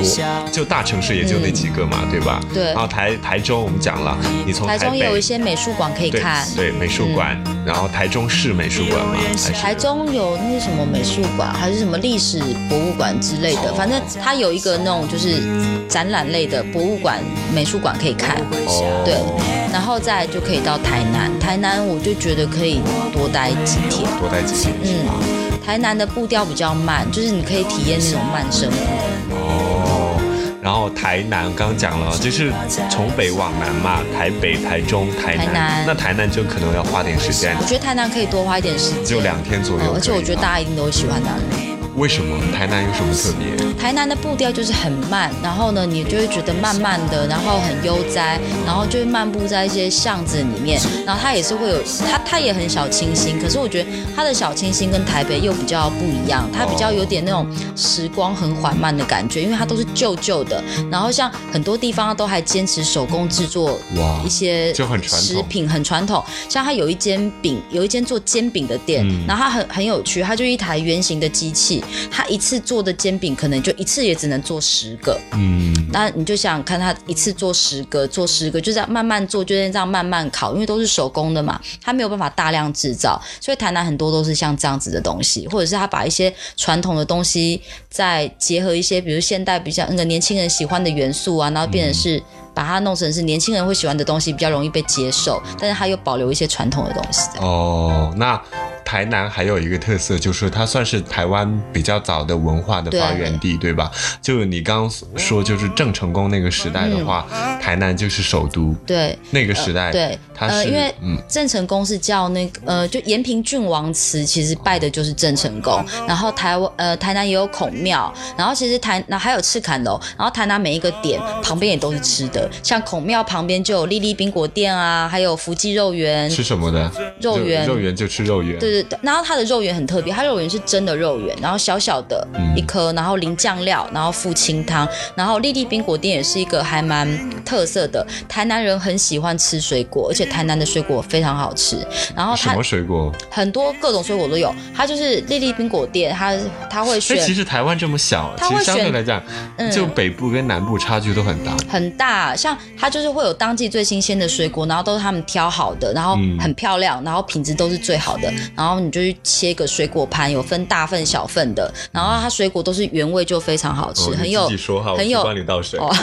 Speaker 1: 就大城市也就那几个嘛，对吧？
Speaker 3: 嗯对
Speaker 1: 然后台台中我们讲了，你从
Speaker 3: 台
Speaker 1: 台
Speaker 3: 中也有
Speaker 1: 北
Speaker 3: 一些美术馆可以
Speaker 1: 对
Speaker 3: 看。嗯
Speaker 1: 对美术馆，然后台中市美术馆嘛，还是
Speaker 3: 台中有那个什么美术馆，还是什么历史博物馆之类
Speaker 1: 哦
Speaker 3: 的，反正它有一个那种就是展览类的博物馆、美术馆可以看。
Speaker 1: 哦
Speaker 3: 对，然后再来就可以到台南，台南我就觉得可以多待几天。
Speaker 1: 多待几天是吧？
Speaker 3: 嗯，台南的步调比较慢，就是你可以体验那种慢生活。
Speaker 1: 哦，然后台南刚刚讲了，就是从北往南嘛，台北、台中、台南，
Speaker 3: 台南
Speaker 1: 那台南就可能要花点时间
Speaker 3: 我，觉得台南可以多花一点时间，
Speaker 1: 就两天左右
Speaker 3: 嗯而且我
Speaker 1: 可以
Speaker 3: 觉
Speaker 1: 吧
Speaker 3: 得大家一定都会喜欢南里。
Speaker 1: 为什么台南有什么特别？
Speaker 3: 台南的步调就是很慢，然后呢，你就会觉得慢慢的，然后很悠哉，然后就会漫步在一些巷子里面，然后它也是会有，它它也很小清新，可是我觉得它的小清新跟台北又比较不一样，它比较有点那种时光很缓慢的感觉，因为它都是旧旧的，然后像很多地方都还坚持手工制作
Speaker 1: 哇
Speaker 3: 一些
Speaker 1: 就很传统
Speaker 3: 食品很传统，像它有一间饼，有一间做煎饼的店，
Speaker 1: 嗯
Speaker 3: 然后它很很有趣，它就一台圆形的机器，它一次做的煎饼可能就一次也只能做十个，
Speaker 1: 嗯，
Speaker 3: 那你就想想看，它一次做十个，做十个，就这样慢慢做，就是这样慢慢烤，因为都是手工的嘛，它没有办法大量制造，所以台南很多都是像这样子的东西，或者是它把一些传统的东西再结合一些，比如现代比较那个年轻人喜欢的元素啊，然后变成是。把它弄成是年轻人会喜欢的东西，比较容易被接受，但是它又保留一些传统的东西的。
Speaker 1: 哦，那台南还有一个特色就是它算是台湾比较早的文化的发源地，对吧？就你刚刚说，就是郑成功那个时代的话，台南就是首都。
Speaker 3: 对，
Speaker 1: 那个时代，
Speaker 3: 对，
Speaker 1: 它
Speaker 3: 嗯呃，
Speaker 1: 是
Speaker 3: 因为
Speaker 1: 嗯，
Speaker 3: 郑成功是叫那个呃，就延平郡王祠，其实拜的就是郑成功。然后台湾呃台南也有孔庙，然后其实台那还有赤坎楼，然后台南每一个点旁边也都是吃的，像孔庙旁边就有丽丽冰果店啊，还有福记肉圆，
Speaker 1: 吃什么的？
Speaker 3: 肉圆
Speaker 1: 肉圆就吃肉圆。
Speaker 3: 对对对，然后它的肉圆很特别，它肉圆是真的肉圆，然后小小的
Speaker 1: 嗯
Speaker 3: 一颗，然后淋酱料，然后附清汤，然后丽丽冰果店也是一个还蛮特色的，台南人很喜欢吃水果，而且台南的水果非常好吃，然后
Speaker 1: 什
Speaker 3: 它
Speaker 1: 么水果？
Speaker 3: 很多各种水果都有，它就是丽丽冰果店，它它会
Speaker 1: 哎，其
Speaker 3: 选。
Speaker 1: 实台湾这么小，
Speaker 3: 它
Speaker 1: 其
Speaker 3: 会
Speaker 1: 实相对
Speaker 3: 选
Speaker 1: 来讲，
Speaker 3: 嗯
Speaker 1: 就北部跟南部差距都很大。
Speaker 3: 很大，像它就是会有当季最新鲜的水果，然后都是他们挑好的，然后
Speaker 1: 嗯
Speaker 3: 很漂亮，然后品质都是最好的，然后你就去切个水果盘，有分大份小份的，然后它水果都是原味，就非常好吃，
Speaker 1: 哦
Speaker 3: 很
Speaker 1: 你
Speaker 3: 有
Speaker 1: 自己说哈，我
Speaker 3: 很
Speaker 1: 去
Speaker 3: 有
Speaker 1: 帮你倒水。
Speaker 3: 哦 *laughs*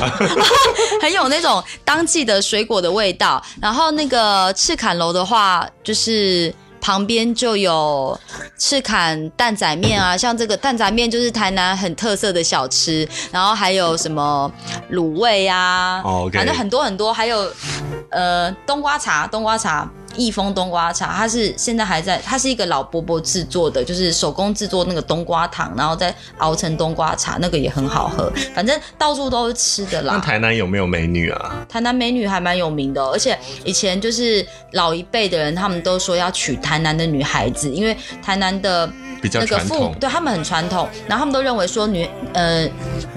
Speaker 3: 很有那种当季的水果的味道。然后那个赤坎楼的话，就是。旁边就有赤坎蛋仔面啊，像这个蛋仔面就是台南很特色的小吃，然后还有什么卤味啊，
Speaker 1: 哦，OK
Speaker 3: 反正很多很多，还有呃冬瓜茶，冬瓜茶。益丰冬瓜茶，它是现在还在，它是一个老伯伯制作的，就是手工制作那个冬瓜糖，然后再熬成冬瓜茶，那个也很好喝。反正到处都是吃的
Speaker 1: 嗯
Speaker 3: 啦。
Speaker 1: 那台南有没有美女啊？
Speaker 3: 台南美女还蛮有名的哦、而且以前就是老一辈的人，他们都说要娶台南的女孩子，因为台南的
Speaker 1: 比较
Speaker 3: 那个
Speaker 1: 传
Speaker 3: 父
Speaker 1: 统，
Speaker 3: 对他们很传统，然后他们都认为说女呃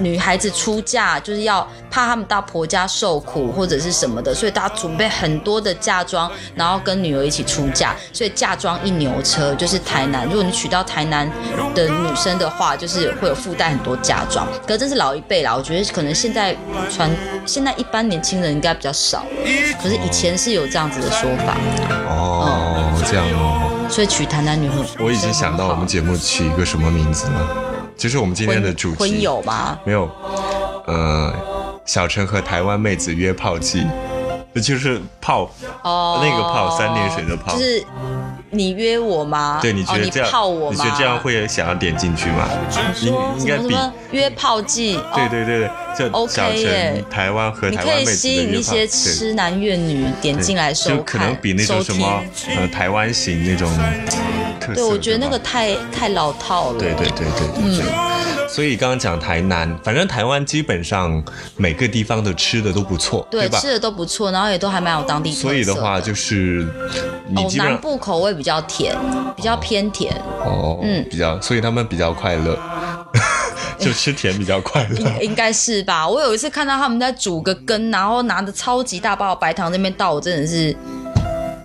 Speaker 3: 女孩子出嫁就是要怕他们到婆家受苦或者是什么的，所以大家准备很多的嫁妆，然后跟女儿一起出嫁，所以嫁妆一牛车就是台南。如果你娶到台南的女生的话，就是会有附带很多嫁妆。可是真是老一辈啦，我觉得可能现在传现在一般年轻人应该比较少了，可是以前是有这样子的说法，嗯
Speaker 1: 哦，这样哦。
Speaker 3: 所以娶台南女很
Speaker 1: 我已经想到我们节目起一个什么名字了，就是我们今天的
Speaker 3: 婚
Speaker 1: 主题。
Speaker 3: 婚友吧。
Speaker 1: 没有，呃，小陈和台湾妹子约炮记，就是泡，
Speaker 3: 哦，
Speaker 1: 那个泡三点水的泡
Speaker 3: 就是你约我吗？
Speaker 1: 对你觉
Speaker 3: 哦
Speaker 1: 得这样，
Speaker 3: 泡我吗？
Speaker 1: 你觉得这样会想要点进去吗？你
Speaker 3: 说
Speaker 1: 应
Speaker 3: 什
Speaker 1: 该
Speaker 3: 么什
Speaker 1: 比，
Speaker 3: 么约炮记？哦
Speaker 1: 对，对对对，就
Speaker 3: OK
Speaker 1: 小
Speaker 3: 耶
Speaker 1: 陈台湾和
Speaker 3: 你
Speaker 1: 台
Speaker 3: 可
Speaker 1: 湾妹
Speaker 3: 以
Speaker 1: 子
Speaker 3: 吸
Speaker 1: 的
Speaker 3: 引
Speaker 1: 约
Speaker 3: 一
Speaker 1: 炮，
Speaker 3: 些
Speaker 1: 对
Speaker 3: 痴男怨女点
Speaker 1: 对
Speaker 3: 进来收看，
Speaker 1: 就可能比那种什么
Speaker 3: 收听
Speaker 1: 呃台湾型那种特色，
Speaker 3: 对，我觉得那
Speaker 1: 吧
Speaker 3: 个太太老套了。
Speaker 1: 对对对对对对。
Speaker 3: 嗯
Speaker 1: 所以刚刚讲台南，反正台湾基本上每个地方的吃的都不错，
Speaker 3: 对
Speaker 1: 吧
Speaker 3: 吃？的都不错，然后也都还蛮有当地特色。
Speaker 1: 所以的话，就是你
Speaker 3: 哦，
Speaker 1: 基本
Speaker 3: 南
Speaker 1: 上
Speaker 3: 部口味比较甜，比较偏甜，
Speaker 1: 哦，
Speaker 3: 嗯
Speaker 1: 比较，所以他们比较快
Speaker 3: *laughs*
Speaker 1: 乐，就吃甜比较快乐。
Speaker 3: 应该是吧？我有一次看到他们在煮个羹，然后拿着超级大包的白糖在那边倒，我真的是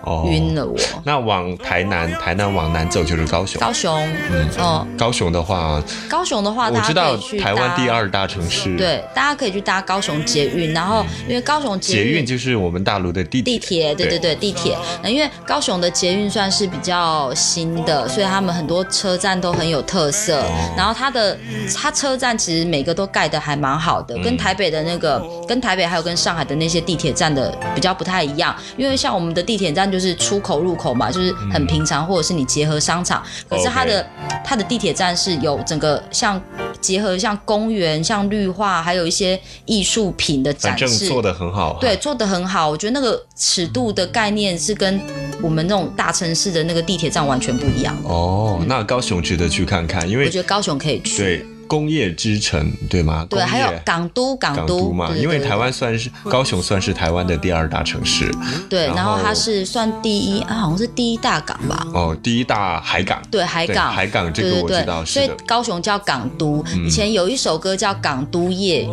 Speaker 1: 哦，
Speaker 3: 晕了我。
Speaker 1: 那往台南，台南往南走就是高雄。
Speaker 3: 高雄，嗯。
Speaker 1: 高雄的话，
Speaker 3: 高雄的话，
Speaker 1: 我
Speaker 3: 大
Speaker 1: 知
Speaker 3: 家
Speaker 1: 道
Speaker 3: 可以去
Speaker 1: 台湾
Speaker 3: 搭
Speaker 1: 第二大城市，，
Speaker 3: 对，大家可以去搭高雄捷运，然后因为高雄
Speaker 1: 捷
Speaker 3: 捷
Speaker 1: 运
Speaker 3: 运。
Speaker 1: 就是我们大陆的地
Speaker 3: 地铁，对对
Speaker 1: 对
Speaker 3: 对，地铁。那因为高雄的捷运算是比较新的，所以他们很多车站都很有特色。
Speaker 1: 哦
Speaker 3: 然后它的它车站其实每个都盖得还蛮好的，
Speaker 1: 嗯
Speaker 3: 跟台北的那个、跟台北还有跟上海的那些地铁站的比较不太一样。因为像我们的地铁站就是出口入口嘛，就是很平常，或者是你结合商场。可是它的
Speaker 1: 嗯 OK
Speaker 3: 它的地铁站是有整个像结合像公园、像绿化，还有一些艺术品的
Speaker 1: 反
Speaker 3: 展
Speaker 1: 正
Speaker 3: 示，
Speaker 1: 做的很好。
Speaker 3: 对，，做的很好。我觉得那个尺度的概念是跟我们那种大城市的那个地铁站完全不一样的。
Speaker 1: 哦，那高雄值得去看看，因
Speaker 3: 我
Speaker 1: 为
Speaker 3: 觉得高雄可以去，
Speaker 1: 对工业之城，对吗？
Speaker 3: 对，
Speaker 1: 工
Speaker 3: 还有
Speaker 1: 业
Speaker 3: 港都，
Speaker 1: 港
Speaker 3: 港
Speaker 1: 都嘛，
Speaker 3: 对对
Speaker 1: 因为
Speaker 3: 对
Speaker 1: 台湾算是高雄算是台湾的第二大城市，
Speaker 3: 对，
Speaker 1: 然
Speaker 3: 然后
Speaker 1: 后
Speaker 3: 它是算第一啊，好像是第一大港吧。
Speaker 1: 哦，第一大海港。
Speaker 3: 对海
Speaker 1: 对
Speaker 3: 港，
Speaker 1: 海港这个
Speaker 3: 对对
Speaker 1: 我
Speaker 3: 对
Speaker 1: 知道是
Speaker 3: 所以
Speaker 1: 的嗯
Speaker 3: 高雄叫港都。以前有一首歌叫《港都夜雨》，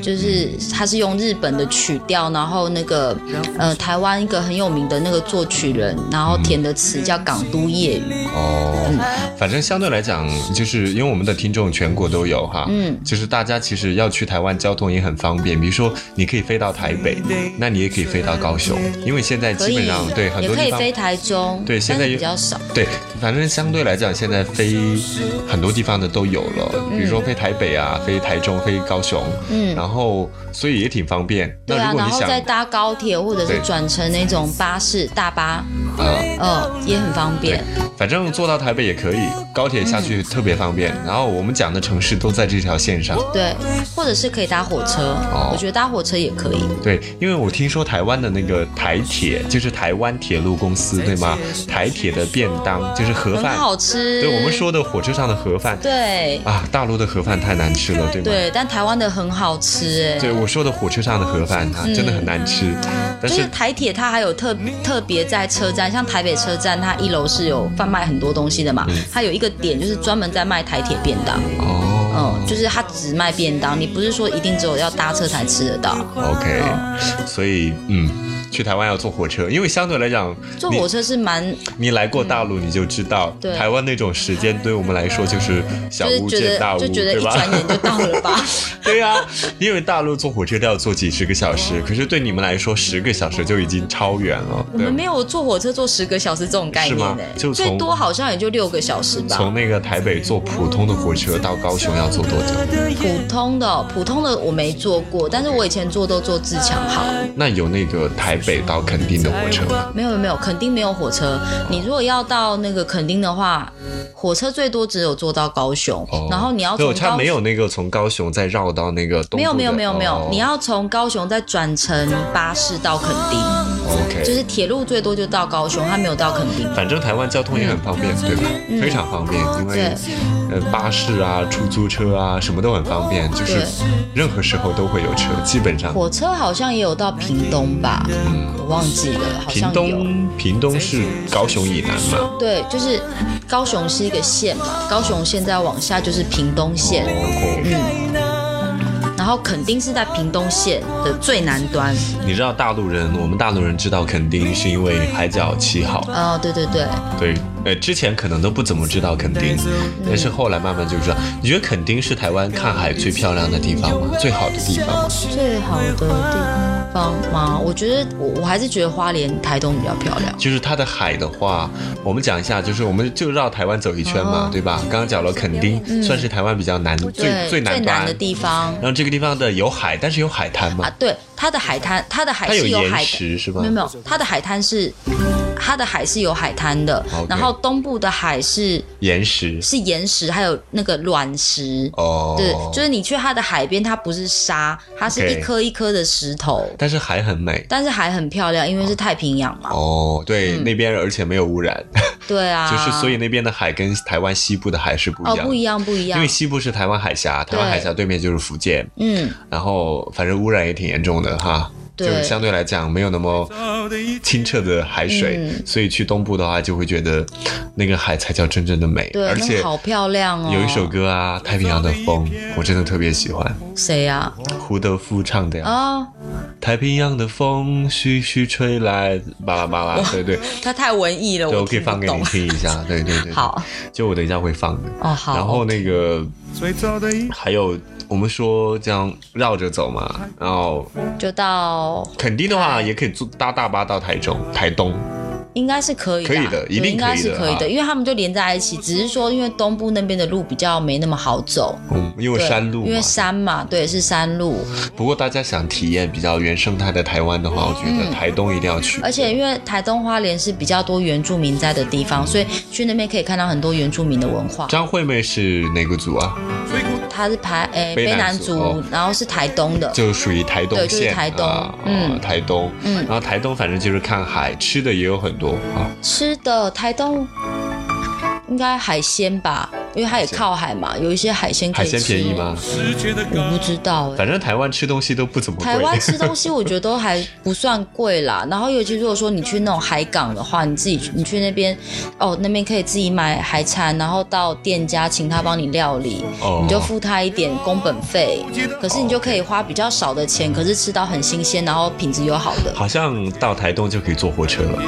Speaker 3: 就是它是用日本的曲调，然后那个呃台湾一个很有名的那个作曲人，然
Speaker 1: 嗯
Speaker 3: 后填的词叫《港都夜雨》。嗯
Speaker 1: 哦，反正相对来讲，就是因为我们的听众全国都有哈，
Speaker 3: 嗯
Speaker 1: 就是大家其实要去台湾交通也很方便，比如说你可以飞到台北，那你也可以飞到高雄，因为现在
Speaker 3: 可
Speaker 1: 基
Speaker 3: 以
Speaker 1: 本上对，很
Speaker 3: 也
Speaker 1: 多
Speaker 3: 可以
Speaker 1: 地方
Speaker 3: 飞台中，
Speaker 1: 对现在
Speaker 3: 但是
Speaker 1: 有
Speaker 3: 比较少。
Speaker 1: 对，反正相对来讲，现在飞很多地方的都有了，比如说飞台北啊，飞台中，飞高雄，
Speaker 3: 嗯，
Speaker 1: 然后所以也挺方便。
Speaker 3: 对
Speaker 1: 那
Speaker 3: 啊
Speaker 1: 如，果
Speaker 3: 然
Speaker 1: 你
Speaker 3: 后
Speaker 1: 想
Speaker 3: 再搭高铁或者
Speaker 1: 对
Speaker 3: 是转乘那种巴士、大巴，
Speaker 1: 啊，
Speaker 3: 嗯，也很方
Speaker 1: 对
Speaker 3: 便。，
Speaker 1: 反正坐到台北也可以，高铁下
Speaker 3: 嗯
Speaker 1: 去特别方便。然后我们讲的城市都在这条线上。
Speaker 3: 对，或者是可以搭火车，
Speaker 1: 哦
Speaker 3: 我觉得搭火车也可以。
Speaker 1: 对，因为我听说台湾的那个台铁，就是台湾铁路公司，对吗？台铁的便当就是盒
Speaker 3: 很
Speaker 1: 饭，
Speaker 3: 好吃。
Speaker 1: 对我们说的火车上的盒饭
Speaker 3: 对
Speaker 1: 啊，大陆的盒饭太难吃了，对吗？
Speaker 3: 对，但台湾的很好吃哎、
Speaker 1: 对我说的火车上的盒饭啊，真的很难吃，但
Speaker 3: 就是
Speaker 1: 是。
Speaker 3: 台铁它还有特特别在车站，像台北车站，它一楼是有贩卖很多东西的嘛，它有一个点就是专门在卖台铁便当，
Speaker 1: 嗯哦
Speaker 3: 嗯，就是它只卖便当，你不是说一定只有要搭车才吃得到，
Speaker 1: ，OK，所以嗯，去台湾要坐火车，因为相对来讲，
Speaker 3: 坐
Speaker 1: 你
Speaker 3: 火车是蛮
Speaker 1: 你来过大陆，你就知道、
Speaker 3: 对
Speaker 1: 台湾那种时间对我们来说就是小
Speaker 3: 就是
Speaker 1: 巫
Speaker 3: 觉
Speaker 1: 见大
Speaker 3: 得
Speaker 1: 巫，
Speaker 3: 就觉得
Speaker 1: 对
Speaker 3: 一
Speaker 1: 吧？
Speaker 3: 转眼就到了吧，
Speaker 1: *laughs* 对呀、因为大陆坐火车都要坐几十个小时，可是对你们来说，十个小时就已经超远了。
Speaker 3: 我
Speaker 1: 对
Speaker 3: 们，没有坐火车坐十个小时这种概
Speaker 1: 是
Speaker 3: 念
Speaker 1: 吗
Speaker 3: 哎、
Speaker 1: 就从
Speaker 3: 最多好像也就六个小时吧。
Speaker 1: 从那个台北坐普通的火车到高雄要坐多久？
Speaker 3: 普通的哦、普通的我没坐过，但是我以前坐都坐自强号，
Speaker 1: 那有那个台北到垦丁的火车吗？
Speaker 3: 没有没有，肯定没有火车。你如果要到那个垦丁的话，火车最多只有坐到高雄，
Speaker 1: 哦
Speaker 3: 然后你要
Speaker 1: 对，
Speaker 3: 从
Speaker 1: 我差
Speaker 3: 高
Speaker 1: 没有那个从高雄再绕到那个东
Speaker 3: 没有
Speaker 1: 部
Speaker 3: 没有
Speaker 1: 的
Speaker 3: 没有没有
Speaker 1: 哦，
Speaker 3: 你要从高雄再转乘巴士到垦丁，
Speaker 1: 哦 OK，
Speaker 3: 就是铁路最多就到高雄，它没有到垦丁。
Speaker 1: 反正台湾交通也很方
Speaker 3: 嗯
Speaker 1: 便，对吧？非常方便，因为呃巴士啊、出租车啊，什么都很方便，就是
Speaker 3: 对
Speaker 1: 任何时候都会有车，基本上。
Speaker 3: 火车好像也有到屏东吧，我忘记了，好
Speaker 1: 嗯屏
Speaker 3: 像有。
Speaker 1: 东，屏东是高雄以南嘛？
Speaker 3: 对，就是高雄是一个县嘛，高雄县再往下就是屏东县。
Speaker 1: 哦，
Speaker 3: 嗯然后垦丁是在屏东县的最南端。
Speaker 1: 你知道大陆人，我们大陆人知道垦丁是因为海角七号，
Speaker 3: 哦，对对对，
Speaker 1: 对，呃，之前可能都不怎么知道垦丁，
Speaker 3: 嗯
Speaker 1: 但是后来慢慢就知道。你觉得垦丁是台湾看海最漂亮的地方吗？最好的地方吗？
Speaker 3: 最好的地方吗？我觉得我我还是觉得花莲、台东比较漂亮。
Speaker 1: 就是它的海的话，我们讲一下，就是我们就绕台湾走一圈嘛，
Speaker 3: 哦嗯
Speaker 1: 对吧？刚刚讲了垦丁，算是台湾比较南最
Speaker 3: 对，
Speaker 1: 最
Speaker 3: 最
Speaker 1: 南端
Speaker 3: 的地方
Speaker 1: 然后这个地方的有海，但是有海滩嘛
Speaker 3: 啊，，对，它的海滩，它的海
Speaker 1: 它有
Speaker 3: 是有
Speaker 1: 岩
Speaker 3: 海
Speaker 1: 石是吧
Speaker 3: 没有？没有，它的海滩是。它的海是有海滩的
Speaker 1: OK
Speaker 3: 然后东部的海是
Speaker 1: 岩石
Speaker 3: 是岩石，还有那个卵石。
Speaker 1: 哦，
Speaker 3: 对，就是你去它的海边，它不是沙，它是
Speaker 1: OK
Speaker 3: 一颗一颗的石头
Speaker 1: 但是海很美
Speaker 3: 但是海很漂亮，因为是太平洋嘛。
Speaker 1: 哦，对，那边而且没有污染，
Speaker 3: 对嗯
Speaker 1: *laughs*
Speaker 3: 啊，
Speaker 1: 就是所以那边的海跟台湾西部的海是不一
Speaker 3: 哦
Speaker 1: 样的，
Speaker 3: 不一样不一样，
Speaker 1: 因为西部是台湾海峡，台湾
Speaker 3: 对
Speaker 1: 海峡对面就是福建，
Speaker 3: 嗯，
Speaker 1: 然后反正污染也挺严重的哈，就
Speaker 3: 对
Speaker 1: 是相对来讲没有那么
Speaker 2: 到的一
Speaker 1: 清澈的海水，
Speaker 3: 嗯
Speaker 1: 所以去东部的话就会觉得那个海才叫真正的美，
Speaker 3: 对，
Speaker 1: 而
Speaker 3: 那
Speaker 1: 且
Speaker 3: 个好漂亮哦。
Speaker 1: 有一首歌啊，《太平洋的风》，我真的特别喜欢，
Speaker 3: 谁呀、
Speaker 1: 胡德夫唱的呀，
Speaker 3: 哦，
Speaker 1: 太平洋的风徐徐吹来，巴拉巴拉，
Speaker 3: *laughs*
Speaker 1: 对对
Speaker 3: 他太文艺了，
Speaker 1: 对，我
Speaker 3: 我
Speaker 1: 可以
Speaker 3: 听不
Speaker 1: 放给你
Speaker 3: 懂。
Speaker 1: 听一下，对对对，
Speaker 3: 好，
Speaker 1: 就我等一下会放的，
Speaker 3: 哦好
Speaker 1: 然后那个
Speaker 2: 最早的一
Speaker 1: 还有我们说这样绕着走嘛，然后
Speaker 3: 就到
Speaker 1: 垦丁的话也可以坐搭大巴到台中、台东，
Speaker 3: 应该是可以的啊，
Speaker 1: 可以的一定
Speaker 3: 对应该
Speaker 1: 可以
Speaker 3: 是
Speaker 1: 的
Speaker 3: 可以
Speaker 1: 啊
Speaker 3: 的，因为他们就连在一起，只是说因为东部那边的路比较没那么好走，
Speaker 1: 嗯，因为
Speaker 3: 对
Speaker 1: 山路
Speaker 3: 因为
Speaker 1: 嘛。
Speaker 3: 山嘛，对，是山路，
Speaker 1: 不过大家想体验比较原生态的台湾的话，我觉
Speaker 3: 嗯
Speaker 1: 得台东一定要去。
Speaker 3: 而且因为台东花莲是比较多原住民在的地方，所以去那边可以看到很多原住民的文化。
Speaker 1: 张惠妹是哪个族啊？
Speaker 2: 最古
Speaker 3: 他是排诶
Speaker 1: 卑
Speaker 3: 卑
Speaker 1: 南
Speaker 3: 南
Speaker 1: 族
Speaker 3: 族，
Speaker 1: 哦
Speaker 3: 然后是台东的，
Speaker 1: 就属于台东
Speaker 3: 对就是
Speaker 1: 县
Speaker 3: 台东
Speaker 1: 啊，
Speaker 3: 嗯
Speaker 1: 啊台东，
Speaker 3: 嗯
Speaker 1: 然后台东反正就是看海，吃的也有很多啊，
Speaker 3: 吃的台东应该海鲜吧，因为它也靠海嘛，有一些海鲜可
Speaker 1: 海
Speaker 3: 以吃。
Speaker 1: 鲜便宜？吗？
Speaker 2: 世界的
Speaker 3: 我
Speaker 2: 高
Speaker 3: 不知道哎、
Speaker 1: 反正台湾吃东西都不怎么贵。
Speaker 3: 台
Speaker 1: *laughs*
Speaker 3: 湾吃东西我觉得都还不算贵啦， *laughs* 然后尤其如果说你去那种海港的话，你自己你去那边，哦，那边可以自己买海产，然后到店家请他帮你料理，
Speaker 1: 哦
Speaker 3: 你就付他一点工本费，可是你就可以花比较少的钱，可是吃到很新鲜，然后品质又好的。
Speaker 1: 好像到台东就可以坐火车了，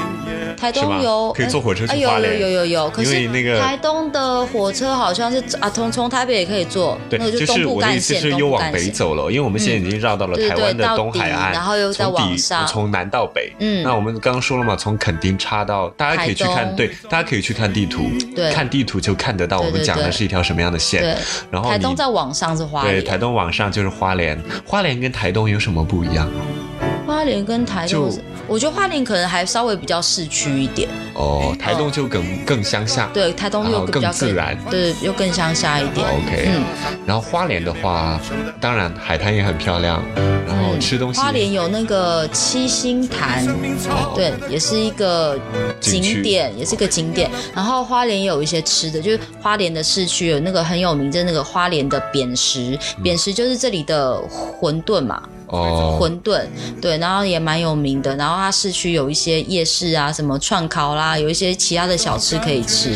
Speaker 3: 台
Speaker 1: 是吧
Speaker 3: 东有
Speaker 1: 可以坐火车
Speaker 3: 哎
Speaker 1: 去
Speaker 3: 有
Speaker 1: 花
Speaker 3: 有
Speaker 1: 莲，
Speaker 3: 有有有，可
Speaker 1: 因为
Speaker 3: 是
Speaker 1: 那个
Speaker 3: 台东的火车好像是啊，从从台北也可以坐，
Speaker 1: 对
Speaker 3: 那个，
Speaker 1: 就
Speaker 3: 东
Speaker 1: 是
Speaker 3: 部
Speaker 1: 我的意
Speaker 3: 干
Speaker 1: 思
Speaker 3: 线，
Speaker 1: 是
Speaker 3: 东
Speaker 1: 又
Speaker 3: 部
Speaker 1: 往
Speaker 3: 干
Speaker 1: 北
Speaker 3: 线。嗯
Speaker 1: 走了，因为我们现在已经绕到了
Speaker 3: 对
Speaker 1: 台湾
Speaker 3: 对
Speaker 1: 的
Speaker 3: 到
Speaker 1: 东海
Speaker 3: 底
Speaker 1: 岸，
Speaker 3: 然后又再
Speaker 1: 从
Speaker 3: 往
Speaker 1: 底
Speaker 3: 上
Speaker 1: 从南到北。
Speaker 3: 嗯
Speaker 1: 那我们刚刚说了嘛，从垦丁插到，大家可以去
Speaker 3: 台
Speaker 1: 看，
Speaker 3: 东
Speaker 1: 对，大家可以去看地图，
Speaker 3: 对
Speaker 1: 看地图就看得到我
Speaker 3: 对
Speaker 1: 们
Speaker 3: 对
Speaker 1: 讲的
Speaker 3: 对
Speaker 1: 是一条什么样的线。
Speaker 3: 对，
Speaker 1: 然后
Speaker 3: 台
Speaker 1: 你
Speaker 3: 东再往上是花
Speaker 1: 对
Speaker 3: 莲，
Speaker 1: 台东往上就是花莲，花莲跟台东有什么不一样？哦
Speaker 3: 花莲跟台东，
Speaker 1: 就是
Speaker 3: 我觉得花莲可能还稍微比较市区一点，
Speaker 1: 哦，台东就更更乡下。
Speaker 3: 对，台东
Speaker 1: 然后
Speaker 3: 又比较
Speaker 1: 哦更自然哦
Speaker 3: 对，又更乡下一点。
Speaker 1: OK，、
Speaker 3: 嗯
Speaker 1: 然后花莲的话，当然海滩也很漂亮，然后吃东西，
Speaker 3: 嗯花莲有那个七星潭，哎对，也是一个
Speaker 1: 景区
Speaker 3: 景点，也是个景点。然后花莲有一些吃的，就是花莲的市区有那个很有名的那个花莲的扁食，扁食就是这里的馄饨嘛，
Speaker 1: 嗯哦，
Speaker 3: 馄饨，对，然后也蛮有名的。然后它市区有一些夜市啊，什么串烤啦，有一些其他的小吃可以吃。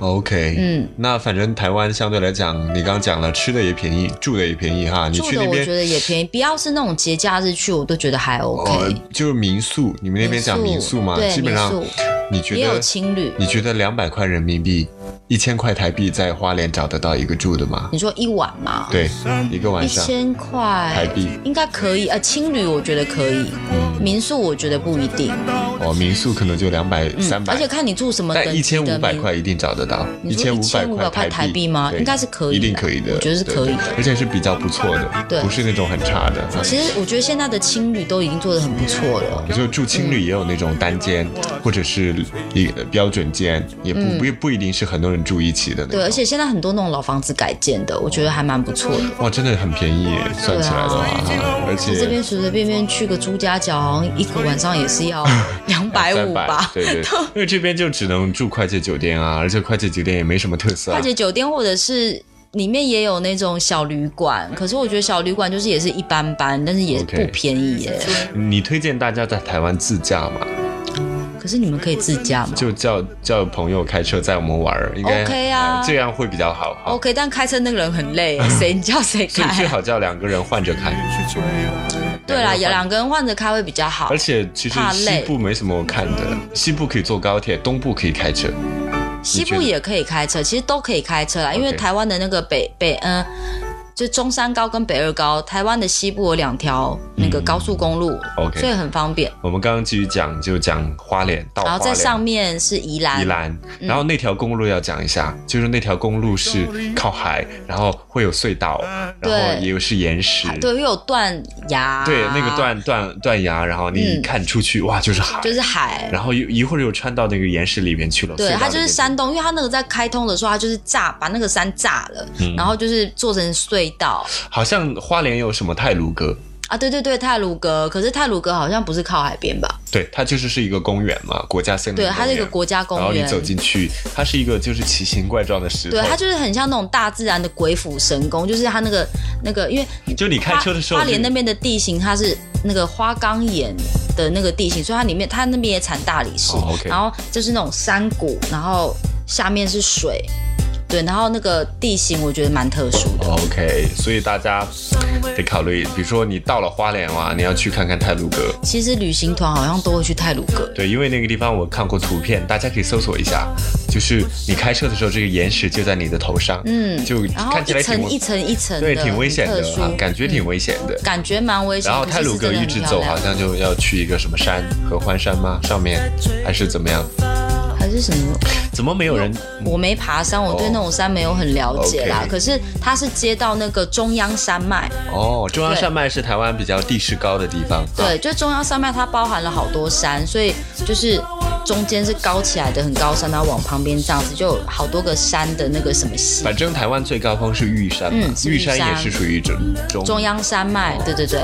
Speaker 1: OK，
Speaker 3: 嗯，
Speaker 1: 那反正台湾相对来讲，你刚讲了，吃的也便宜，住的也便宜哈。你
Speaker 3: 住
Speaker 1: 去
Speaker 3: 的
Speaker 1: 那
Speaker 3: 我觉
Speaker 1: 边
Speaker 3: 得也便宜，不要是那种节假日去，我都觉得还 OK。
Speaker 1: 呃，就是民宿，你们那边讲民宿嘛，
Speaker 3: 对
Speaker 1: 基本上
Speaker 3: 民宿
Speaker 1: 你觉
Speaker 3: 也有
Speaker 1: 得嗯
Speaker 3: 青旅
Speaker 1: 你觉得两百块人民币，一千块台币在花莲找得到一个住的吗？
Speaker 3: 你说一晚嘛，
Speaker 1: 对，一个晚
Speaker 3: 一
Speaker 1: 上。
Speaker 3: 千块
Speaker 1: 台币嗯
Speaker 3: 应该可以，呃，青旅我觉得可以，民宿我觉得不一定，
Speaker 1: 哦，民宿可能就两百、三百，
Speaker 3: 嗯而且看你住什么
Speaker 1: 但
Speaker 3: 等
Speaker 1: 一
Speaker 3: 级
Speaker 1: 千
Speaker 3: 的
Speaker 1: 五百
Speaker 3: 民
Speaker 1: 块一定找得到，
Speaker 3: 你说
Speaker 1: 1500
Speaker 3: 1500块
Speaker 1: 台
Speaker 3: 台币吗
Speaker 1: 对
Speaker 3: 应该是可以
Speaker 1: 一定
Speaker 3: 的
Speaker 1: 可以的，
Speaker 3: 我觉得是
Speaker 1: 对
Speaker 3: 可以
Speaker 1: 对
Speaker 3: 的
Speaker 1: 而且是比较不错的，
Speaker 3: 对
Speaker 1: 不是那种很差的。
Speaker 3: 其实我觉得现在的青旅都已经做得很不错了。
Speaker 1: 啊就住青旅也有那种单间，或者是一个标准间，也不、不不一定是很多人住一起的那种。
Speaker 3: 嗯对，而且现在很多那种老房子改建的，我觉得还蛮不错的。
Speaker 1: 哇，真的很便宜耶，算起来的话，哈而
Speaker 3: 啊在这
Speaker 1: 且
Speaker 3: 边随随便便去个朱家角，好像一个晚上也是
Speaker 1: *laughs*
Speaker 3: 要两百五
Speaker 1: 300
Speaker 3: 吧。
Speaker 1: 对啊
Speaker 3: *laughs*
Speaker 1: 对，因为这边就只能住快捷酒店啊，而且快捷酒店也没什么特色、啊
Speaker 3: 快。捷酒店或者是里面也有那种小旅馆，可是我觉得小旅馆就是也是一般般，但是也
Speaker 1: 嗯 OK
Speaker 3: 不便宜耶。
Speaker 1: 你推荐大家在台湾自驾吗？
Speaker 3: 可是你们可以自驾吗
Speaker 1: 就叫叫朋友开车载我们玩儿，应该
Speaker 3: OK 啊
Speaker 1: 呃这样会比较好。哈
Speaker 3: ？OK，但开车那个人很
Speaker 1: *laughs*
Speaker 3: 累，
Speaker 1: 嗯
Speaker 3: 谁叫谁
Speaker 1: 最最
Speaker 3: 开？
Speaker 1: 好叫两个人换着开，
Speaker 3: 对啦，也
Speaker 1: 换
Speaker 3: 两个人换着开会比较好
Speaker 1: 而。且其实
Speaker 3: 怕
Speaker 1: 西
Speaker 3: 累
Speaker 1: 部没什么看的，西部可以坐高铁，东部可以开车。
Speaker 3: 西
Speaker 1: 你
Speaker 3: 部
Speaker 1: 觉得
Speaker 3: 也可以开车，其实都可以开车啦，因为
Speaker 1: OK
Speaker 3: 台湾的那个北北嗯。就中山高跟北二高，台湾的西部有两条那个高速公路
Speaker 1: OK
Speaker 3: 所以很方便。
Speaker 1: 我们刚刚继续讲，就讲花莲到花莲，
Speaker 3: 然后在上嗯面是宜兰，
Speaker 1: 宜兰，然后那条公路要讲一下，就是那条公路是靠海，然后会有隧道，然后
Speaker 3: 对
Speaker 1: 也有是岩石，
Speaker 3: 对，又有断崖，
Speaker 1: 对那个断断断崖，然后你一
Speaker 3: 嗯
Speaker 1: 看出去，哇，就是海，
Speaker 3: 就是海，
Speaker 1: 然后又一会儿又穿到那个岩石里面去了，隧
Speaker 3: 对，
Speaker 1: 道
Speaker 3: 它
Speaker 1: 里
Speaker 3: 就是
Speaker 1: 面去
Speaker 3: 山洞，因为它那个在开通的时候，它就是炸，把那个山炸了，
Speaker 1: 嗯
Speaker 3: 然后就是做成隧道
Speaker 1: 好像花莲有什么泰鲁阁，
Speaker 3: 啊，对对对，泰鲁阁，可是泰鲁阁好像不是靠海边吧？
Speaker 1: 对，它就是是一个公园嘛，国家森林公
Speaker 3: 对，
Speaker 1: 园，
Speaker 3: 它是一个国家
Speaker 1: 然后
Speaker 3: 公
Speaker 1: 你
Speaker 3: 园，
Speaker 1: 走进哦去，它是一个就是奇形怪状的石头，
Speaker 3: 对，它就是很像那种大自然的鬼斧神工，就是它那个那个，因为
Speaker 1: 就你开车的时候
Speaker 3: 花花
Speaker 1: 就
Speaker 3: 莲那边的地形它是那个花岗岩的那个地形，所以它里面它那边也产大理石，
Speaker 1: 哦，OK
Speaker 3: 然后就是那种山谷，然后下面是水，对，然后那个地形我觉得蛮特殊的。
Speaker 1: 哦 OK，所以大家得考虑，比如说你到了花莲哇，你要去看看泰鲁阁，
Speaker 3: 其实旅行团好像都会去泰鲁阁，
Speaker 1: 对，因为那个地方我看过图片，大家可以搜索一下，就是你开车的时候，这个岩石就在你的头上，
Speaker 3: 嗯
Speaker 1: 就
Speaker 3: 然后
Speaker 1: 看起来
Speaker 3: 一
Speaker 1: 挺
Speaker 3: 层
Speaker 1: 危
Speaker 3: 一层一层的，
Speaker 1: 对，挺危险
Speaker 3: 很
Speaker 1: 的
Speaker 3: 特殊
Speaker 1: 啊，感觉挺危险的。
Speaker 3: 感觉蛮危险。
Speaker 1: 然后
Speaker 3: 可
Speaker 1: 泰
Speaker 3: 是
Speaker 1: 鲁
Speaker 3: 嗯是
Speaker 1: 阁
Speaker 3: 真的
Speaker 1: 一
Speaker 3: 很
Speaker 1: 直
Speaker 3: 漂
Speaker 1: 走，
Speaker 3: 亮
Speaker 1: 好像就要去一个什么山，合欢山吗？上面还是怎么样？
Speaker 3: 还是什么？
Speaker 1: 怎么没有人？
Speaker 3: 我没爬山，我对
Speaker 1: 哦
Speaker 3: 那种山没有很了解啦。
Speaker 1: OK
Speaker 3: 可是它是接到那个中央山脉，
Speaker 1: 哦，中央
Speaker 3: 对
Speaker 1: 山脉是台湾比较地势高的地方。啊
Speaker 3: 对，就中央山脉它包含了好多山，所以就是中间是高起来的很高山，然后往旁边这样子就有好多个山的那个什么系。
Speaker 1: 反正台湾最高峰是玉山嘛
Speaker 3: 嗯，是
Speaker 1: 玉
Speaker 3: 玉
Speaker 1: 山也
Speaker 3: 山
Speaker 1: 是属于中中嗯
Speaker 3: 中央山脉，对对对，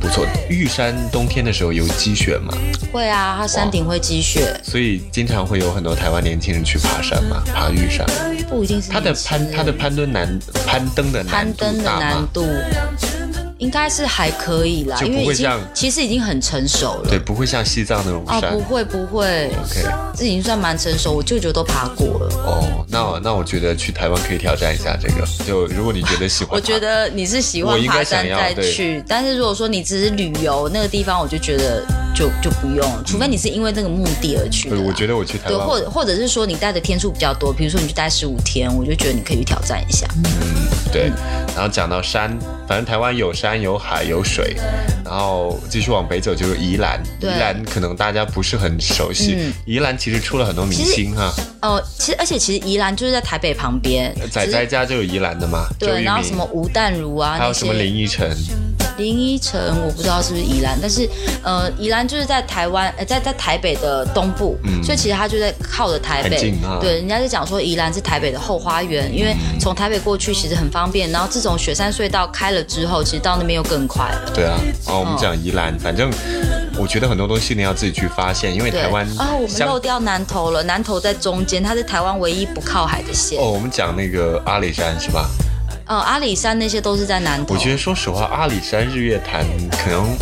Speaker 1: 不错。玉山冬天的时候有积雪嘛，
Speaker 3: 会啊，它山顶会积雪，
Speaker 1: 所以经常会有很多台湾年轻人去爬山嘛，爬玉山。
Speaker 3: 不一定是
Speaker 1: 它的
Speaker 3: 年轻
Speaker 1: 攀
Speaker 3: 人
Speaker 1: 它的攀登难攀登的
Speaker 3: 攀
Speaker 1: 难
Speaker 3: 登
Speaker 1: 度
Speaker 3: 的
Speaker 1: 大
Speaker 3: 难
Speaker 1: 吗？
Speaker 3: 度应该是还可以啦，
Speaker 1: 就不
Speaker 3: 因
Speaker 1: 会
Speaker 3: 为已
Speaker 1: 这
Speaker 3: 经
Speaker 1: 样
Speaker 3: 其实已经很成熟了。
Speaker 1: 对，不会像西藏那种
Speaker 3: 哦，
Speaker 1: 山
Speaker 3: 不。会不会
Speaker 1: OK
Speaker 3: 这已经算蛮成熟，我舅舅都爬过了。
Speaker 1: 哦，那我那我觉得去台湾可以挑战一下这个。就如果你觉得喜欢，
Speaker 3: 我觉。得你是喜
Speaker 1: 我
Speaker 3: 欢
Speaker 1: 应该
Speaker 3: 爬
Speaker 1: 想
Speaker 3: 山
Speaker 1: 要
Speaker 3: 再
Speaker 1: 对
Speaker 3: 去，但是如果说你只是旅游那个地方，我就觉得就就不用了，除非你是因为这个目的而去
Speaker 1: 嗯
Speaker 3: 的
Speaker 1: 对，
Speaker 3: 啦。
Speaker 1: 我觉得我去台
Speaker 3: 对，
Speaker 1: 湾
Speaker 3: 或者或者是说你待的天数比较多，比如说你去待十五天，我就觉得你可以去挑战一下。
Speaker 1: 嗯对，然后讲到山，反正台湾有山有海有水，然后继续往北走就是宜兰，宜
Speaker 3: 对
Speaker 1: 兰可能大家不是很熟悉，
Speaker 3: 嗯
Speaker 1: 宜兰其实出了很多明星哈，
Speaker 3: 呃，其实而且其实宜兰就是在台北旁边，
Speaker 1: 仔
Speaker 3: 只
Speaker 1: 仔
Speaker 3: 是
Speaker 1: 家呃就有宜兰的嘛，周
Speaker 3: 对，
Speaker 1: 渝
Speaker 3: 然后
Speaker 1: 民
Speaker 3: 什么吴淡如啊，
Speaker 1: 还有
Speaker 3: 那
Speaker 1: 什
Speaker 3: 些
Speaker 1: 么林依晨，
Speaker 3: 林依晨，我不知道是不是宜兰，但是呃，宜兰就是在台湾，呃，在在台北的东部，所以其实它就在靠着台
Speaker 1: 嗯很
Speaker 3: 北。
Speaker 1: 近啊嗯
Speaker 3: 对，人家就讲说宜兰是台北的后花园，因为从台北过去其实很方便。然后自从雪山隧道开了之后，其实到那边又更快了。
Speaker 1: 对啊，哦，我们
Speaker 3: 哦
Speaker 1: 讲宜兰，反正我觉得很多东西你要自己去发现，因为
Speaker 3: 对
Speaker 1: 台湾
Speaker 3: 啊、我们
Speaker 1: 相
Speaker 3: 漏掉南投了，南投在中间，它是台湾唯一不靠海的县。
Speaker 1: 哦，我们讲那个阿里山是吧？
Speaker 3: 呃，阿里山那些都是在南投。
Speaker 1: 我觉得说实话，阿里山日月潭可能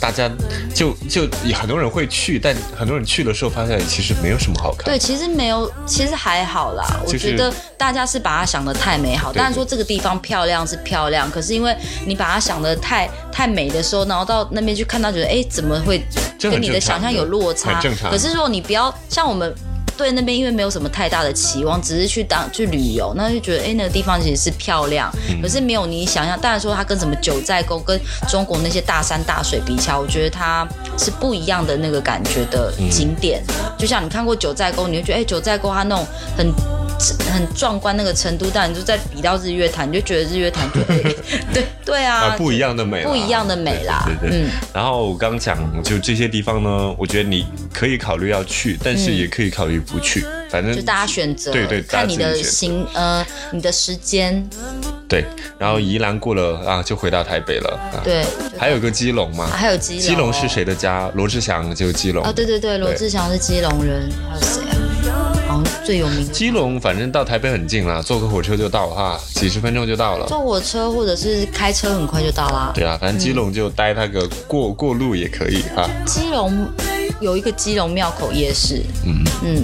Speaker 1: 大家就就很多人会去，但很多人去的时候发现其实没有什么好看。
Speaker 3: 对，其实没有，其实还好啦。我
Speaker 1: 就是
Speaker 3: 觉得大家是把它想的太美好，
Speaker 1: 对
Speaker 3: 当然说这个地方漂亮是漂亮，可是因为你把它想的太太美的时候，然后到那边去看到，觉得哎，怎么会
Speaker 1: 这很
Speaker 3: 跟你的
Speaker 1: 正常
Speaker 3: 想象有落差？
Speaker 1: 很正常
Speaker 3: 可是如果你不要像我们。对那边因为没有什么太大的期望，只是去当去旅游，那就觉得哎那个地方其实是漂亮，
Speaker 1: 嗯
Speaker 3: 可是没有你想象。当然说它跟什么九寨沟、跟中国那些大山大水比起来，我觉得它是不一样的那个感觉的景点。就像你看过九寨沟，你就觉得哎、九寨沟它那种很。 *laughs* 很壮观那个程度，但你就再比到日月潭，你就觉得日月潭就、哎对 *laughs* 对啊
Speaker 1: 啊，不一样的美啦，
Speaker 3: 不一样的美啦
Speaker 1: 对对对
Speaker 3: 嗯
Speaker 1: 然后我刚讲，就这些地方呢，我觉得你可以考虑要去，但是
Speaker 3: 嗯
Speaker 1: 也可以考虑不去，反正
Speaker 3: 就大家选择，
Speaker 1: 对对
Speaker 3: 看你
Speaker 1: 大家
Speaker 3: 的
Speaker 1: 自己选择
Speaker 3: 行呃你的时间，
Speaker 1: 对。然后宜兰过了啊，就回到台北了。啊、，
Speaker 3: 对，
Speaker 1: 还有一个基隆嘛，
Speaker 3: 啊还有基隆
Speaker 1: 基隆是谁的家？罗志祥就基隆
Speaker 3: 哦，对对对，罗
Speaker 1: 对
Speaker 3: 志祥是基隆人，还有谁啊？好像最有名的，
Speaker 1: 基隆反正到台北很近啦，坐个火车就到哈，几十分钟就到了。
Speaker 3: 坐火车或者是开车很快就到啦。
Speaker 1: 对啊，反正基隆就待它个过、过路也可以哈。
Speaker 3: 基隆有一个基隆庙口夜市，嗯嗯，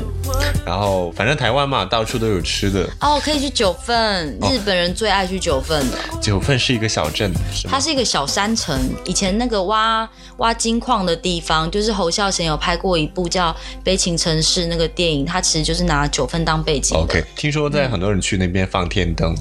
Speaker 1: 然后反正台湾嘛，到处都有吃的。
Speaker 3: 哦，可以去九份，
Speaker 1: 哦
Speaker 3: 日本人最爱去九份的。
Speaker 1: 九份是一个小镇，是吗
Speaker 3: 它？是一个小山城，以前那个挖挖金矿的地方，就是侯孝贤有拍过一部叫《悲情城市》那个电影，它其实就是拿九份当背景的。
Speaker 1: OK，听说在很多人去那边放天灯、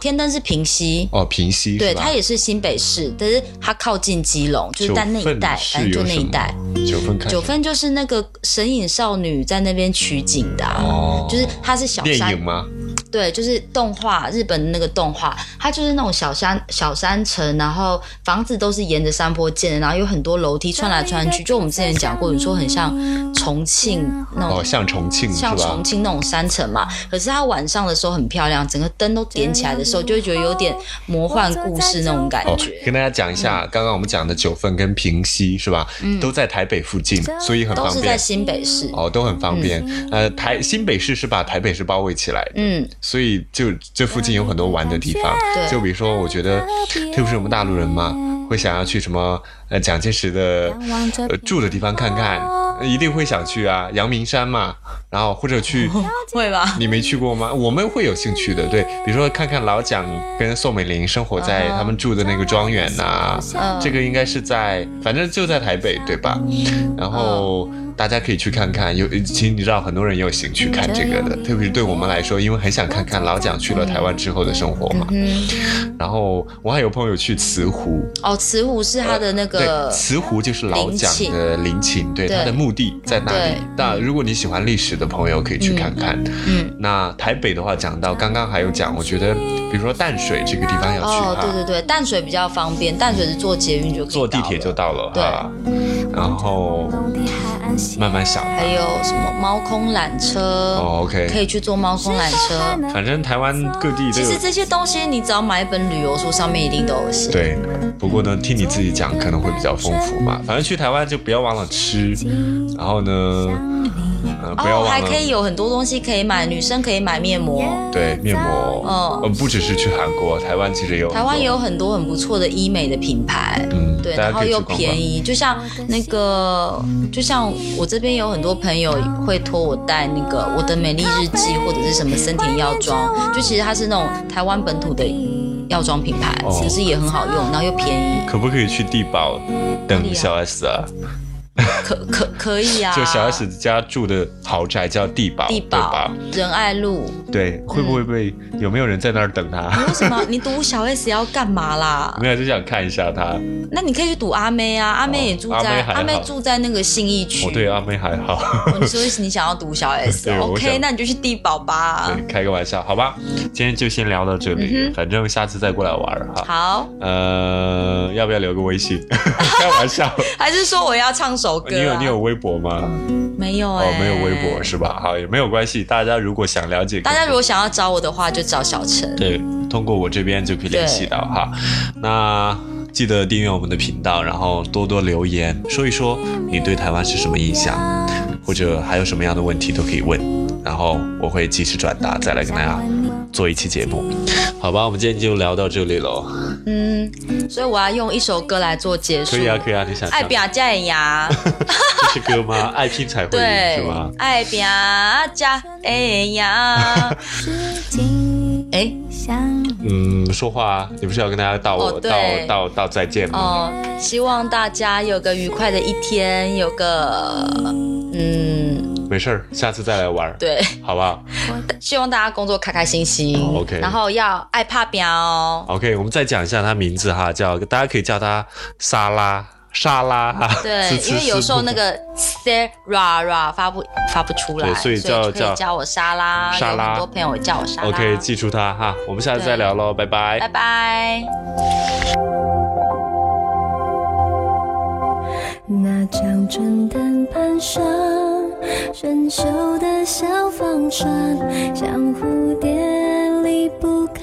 Speaker 3: 天灯是平溪，
Speaker 1: 哦，平溪
Speaker 3: 对，
Speaker 1: 是吧嗯
Speaker 3: 它也是新北市，但是它靠近基隆，就是在那一带，反正就那一带。。
Speaker 1: 九份是有什么
Speaker 3: 九
Speaker 1: 九份看
Speaker 3: 份就是那个神隐少女在那边取景的、啊，
Speaker 1: 哦
Speaker 3: 就是它是小
Speaker 1: 电
Speaker 3: 山
Speaker 1: 影吗？
Speaker 3: 对，就是动画，日本的那个动画，它就是那种小山小山城，然后房子都是沿着山坡建的，然后有很多楼梯穿来穿去。就我们之前讲过，你说很像重庆那种，
Speaker 1: 哦，像重庆是
Speaker 3: 像重
Speaker 1: 吧？
Speaker 3: 庆那种山城嘛。可是它晚上的时候很漂亮，整个灯都点起来的时候，就会觉得有点魔幻故事那种感
Speaker 1: 哦，
Speaker 3: 觉。嗯
Speaker 1: 跟大家讲一下，刚刚我们讲的九份跟平溪是吧？都在台北附近，所以很
Speaker 3: 都
Speaker 1: 方
Speaker 3: 是在
Speaker 1: 便。
Speaker 3: 新北市，
Speaker 1: 哦，都很方便。呃，台新北市是把台北市包围起来的，
Speaker 3: 嗯，
Speaker 1: 所以就这附近有很多玩的地方。
Speaker 3: 对
Speaker 1: 就比如说，我觉得，特别是我们大陆人嘛，会想要去什么呃蒋介石的呃住的地方看看，呃一定会想去啊，阳明山嘛，然后或者去。
Speaker 3: 会吧？
Speaker 1: 你没去过吗？我们会有兴趣的，对，比如说看看老蒋跟宋美龄生活在他们住的那个庄园呐、
Speaker 3: 嗯
Speaker 1: 这个应该是在，反正就在台北，对吧？然后
Speaker 3: 嗯
Speaker 1: 大家可以去看看，有其实你知道很多人也有兴趣
Speaker 3: 嗯
Speaker 1: 看这个的，特别是对我们来说，因为很想看看老蒋去了台湾之后的生活嘛。
Speaker 3: 嗯，
Speaker 1: 然后我还有朋友去慈湖，
Speaker 3: 哦，慈湖是它的那个
Speaker 1: 呃对，慈湖就是老蒋的陵寝，对，
Speaker 3: 对
Speaker 1: 他的墓地在哪里
Speaker 3: 对？
Speaker 1: 那如果你喜欢历史的朋友，可以去看看。
Speaker 3: 嗯，
Speaker 1: 那台北的话，讲到刚刚还有讲，我觉得比如说淡水这个地方要去
Speaker 3: 哦，
Speaker 1: 哈，
Speaker 3: 对对对，淡水比较方便，淡水是坐捷运就可以
Speaker 1: 坐地
Speaker 3: 到
Speaker 1: 铁就
Speaker 3: 了
Speaker 1: 到了哈。然后慢慢想，
Speaker 3: 还有什么猫空缆车？
Speaker 1: 哦，OK
Speaker 3: 可以去坐猫空缆
Speaker 4: 啊
Speaker 3: 车。
Speaker 1: 反正台湾各地都
Speaker 3: 其实
Speaker 1: 有。
Speaker 3: 这些东西，你只要买一本旅游书，上面一定都有写。
Speaker 1: 对，不过呢，听你自己讲可能会比较丰富嘛。反正去台湾就不要忘了吃，然后呢，呃，不要
Speaker 3: 哦，
Speaker 1: 忘
Speaker 3: 还
Speaker 1: 了
Speaker 3: 可以有很多东西可以买，女生可以买面膜。
Speaker 1: 对面膜，
Speaker 3: 嗯
Speaker 1: 呃，不只是去韩国，台湾其实也有很多，
Speaker 3: 台湾也有很多很不错的医美的品牌，
Speaker 1: 嗯
Speaker 3: 对，
Speaker 1: 大家
Speaker 3: 然
Speaker 1: 可
Speaker 3: 后
Speaker 1: 以去
Speaker 3: 又
Speaker 1: 逛逛
Speaker 3: 便宜，就像那个，就像我这边有很多朋友会托我带那个《我的美丽日记》或者是什么森田药妆，就其实它是那种台湾本土的药妆品牌，
Speaker 1: 哦
Speaker 3: 可是也很好用，然后又便宜。
Speaker 1: 可不可以去地堡等小 S 啊？
Speaker 3: 可可可以啊，
Speaker 1: 就小 S 家住的豪宅叫地堡，
Speaker 3: 地
Speaker 1: 对
Speaker 3: 堡嗯
Speaker 1: 吧？
Speaker 3: 仁爱路，
Speaker 1: 对，会不会被有没有人在那儿等他？
Speaker 3: 你为什么你赌小 S 要干嘛啦？
Speaker 1: *laughs* 没有，就想看一下他。
Speaker 3: 那你可以去赌阿妹啊，阿妹也住
Speaker 1: 阿妹
Speaker 3: 在
Speaker 1: 还好
Speaker 3: 阿妹住在那个信义区。
Speaker 1: 哦，对，阿妹还好，
Speaker 3: 哦，你说你想要赌小
Speaker 1: *laughs* 对我
Speaker 3: S，OK，、
Speaker 1: 想
Speaker 3: 那你就去地堡吧。
Speaker 1: 对，开个玩笑，好吧。今天就先聊到这里，反正下次再过来玩儿哈。
Speaker 3: 嗯好，
Speaker 1: 呃，要不要留个微
Speaker 3: *laughs*
Speaker 1: 信？开玩笑，
Speaker 3: 还是说我要唱首歌、啊？
Speaker 1: 你有你有微博吗？
Speaker 3: 没有、欸？
Speaker 1: 哦，没有微博。是吧？好，也没有关系。大家如果想了解更多，
Speaker 3: 大家如果想要找我的话，就找小陈。
Speaker 1: 对，通过我这边就可以联系到哈。
Speaker 3: 嗯
Speaker 1: 那记得订阅我们的频道，然后多多留言，说一说你对台湾是什么印象，或者还有什么样的问题都可以问，然后我会及时转达，再来跟大家做一期节目，好吧？我们今天就聊到这里喽。
Speaker 3: 嗯，所以我要用一首歌来做结束。
Speaker 1: 可以啊，可以啊，你想
Speaker 3: 爱
Speaker 1: 唱
Speaker 3: 表加
Speaker 1: *laughs*
Speaker 3: 牙，
Speaker 1: 这是歌吗？
Speaker 3: *laughs*
Speaker 1: 爱拼才会赢
Speaker 3: 啊对
Speaker 1: 是吗？，
Speaker 3: 爱表加
Speaker 1: *laughs*
Speaker 3: 牙。啊哎，
Speaker 4: 想
Speaker 1: 嗯，说话啊，你不是要跟大家道我、
Speaker 3: 哦
Speaker 1: 道
Speaker 3: 对
Speaker 1: 道道再见吗？
Speaker 3: 哦，希望大家有个愉快的一天，有个嗯，
Speaker 1: 没事儿，下次再来玩儿，
Speaker 3: 对， *laughs*
Speaker 1: 好不好？
Speaker 3: 希望大家工作开开心心。
Speaker 1: 哦，OK
Speaker 3: 然后要爱怕表哦。
Speaker 1: OK，我们再讲一下他名字哈，叫大家可以叫他沙拉沙拉哈。
Speaker 3: 对
Speaker 1: 是，是
Speaker 3: 因为有时候
Speaker 1: 是
Speaker 3: 那个 Sarah ra 发不发不出来，
Speaker 1: 对所以叫
Speaker 3: 就可
Speaker 1: 叫
Speaker 3: 以叫我沙拉。
Speaker 1: 沙拉
Speaker 3: 有很啊多朋友叫我沙拉。
Speaker 1: OK，记住他哈，我们下次再聊喽，拜拜
Speaker 3: 拜拜。
Speaker 4: 那张纯单攀上生锈的小帆船，像蝴蝶离不开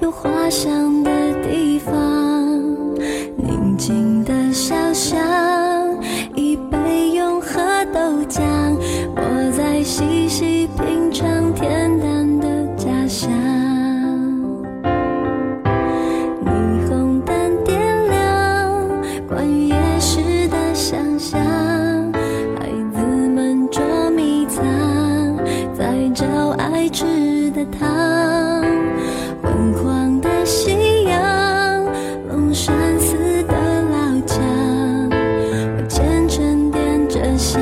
Speaker 4: 有花香的地方。宁静的小巷，一杯永和豆浆，我在细细品尝恬淡的家乡。霓虹灯点亮关于夜市的想象，孩子们捉迷藏，在找爱吃的糖。昏黄的夕阳，龙山寺的老墙，我虔诚点着香，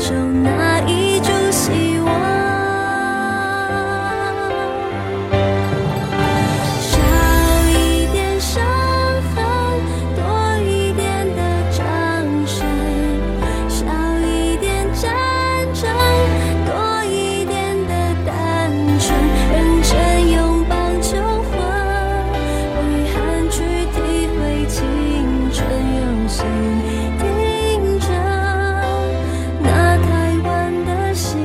Speaker 4: 手拿一株希望。少一点伤痕，多一点的掌声；少一点战争，多一点的单纯。认真拥抱求婚，为憾去体会青春，用心听着那台湾的心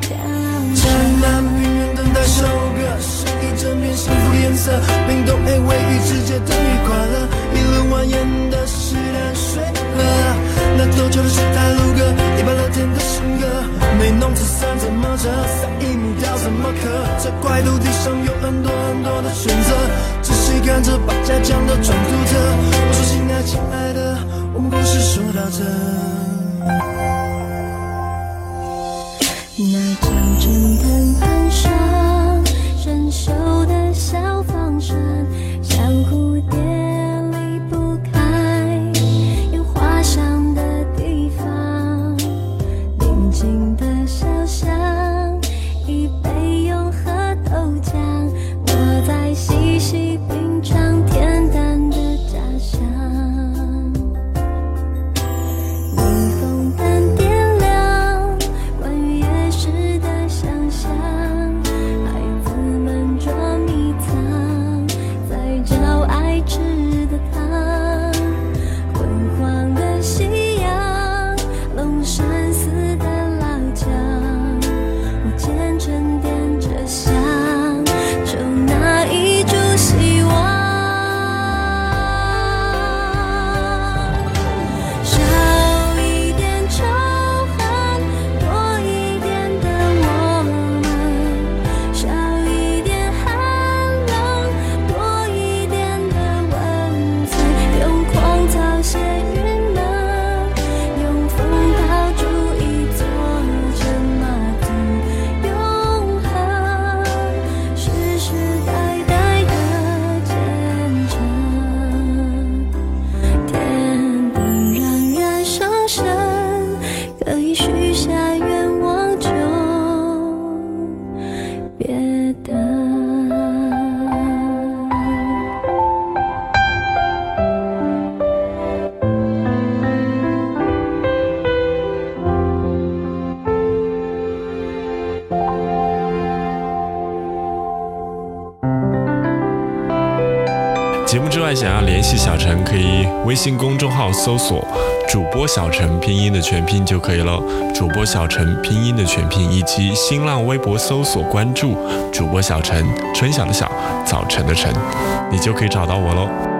Speaker 4: 跳
Speaker 5: 江
Speaker 4: 着。
Speaker 5: 南平原等待收割，是一整片幸福的颜色，冰冻 A 位于世界等于快乐，一路蜿蜒的是淡水河，那陡峭的是台路歌，一般聊天的性格，没弄成三怎么折，三一米掉什么壳，这块土地上有很多很多的选择，仔细看着把家讲的转读着，我说亲爱亲爱的，我们故事说到这。
Speaker 4: 那张春藤攀上生锈的小帆船，像蝴蝶离不开有花香的地方。宁静的小巷，一杯永和豆浆，我在细细品尝恬淡的家乡。霓
Speaker 2: 外想要联系小陈，可以微信公众号搜索“主播小陈”拼音的全拼就可以了。主播小陈拼音的全拼，以及新浪微博搜索关注“主播小陈”，春晓的晓，早晨的晨，你就可以找到我喽。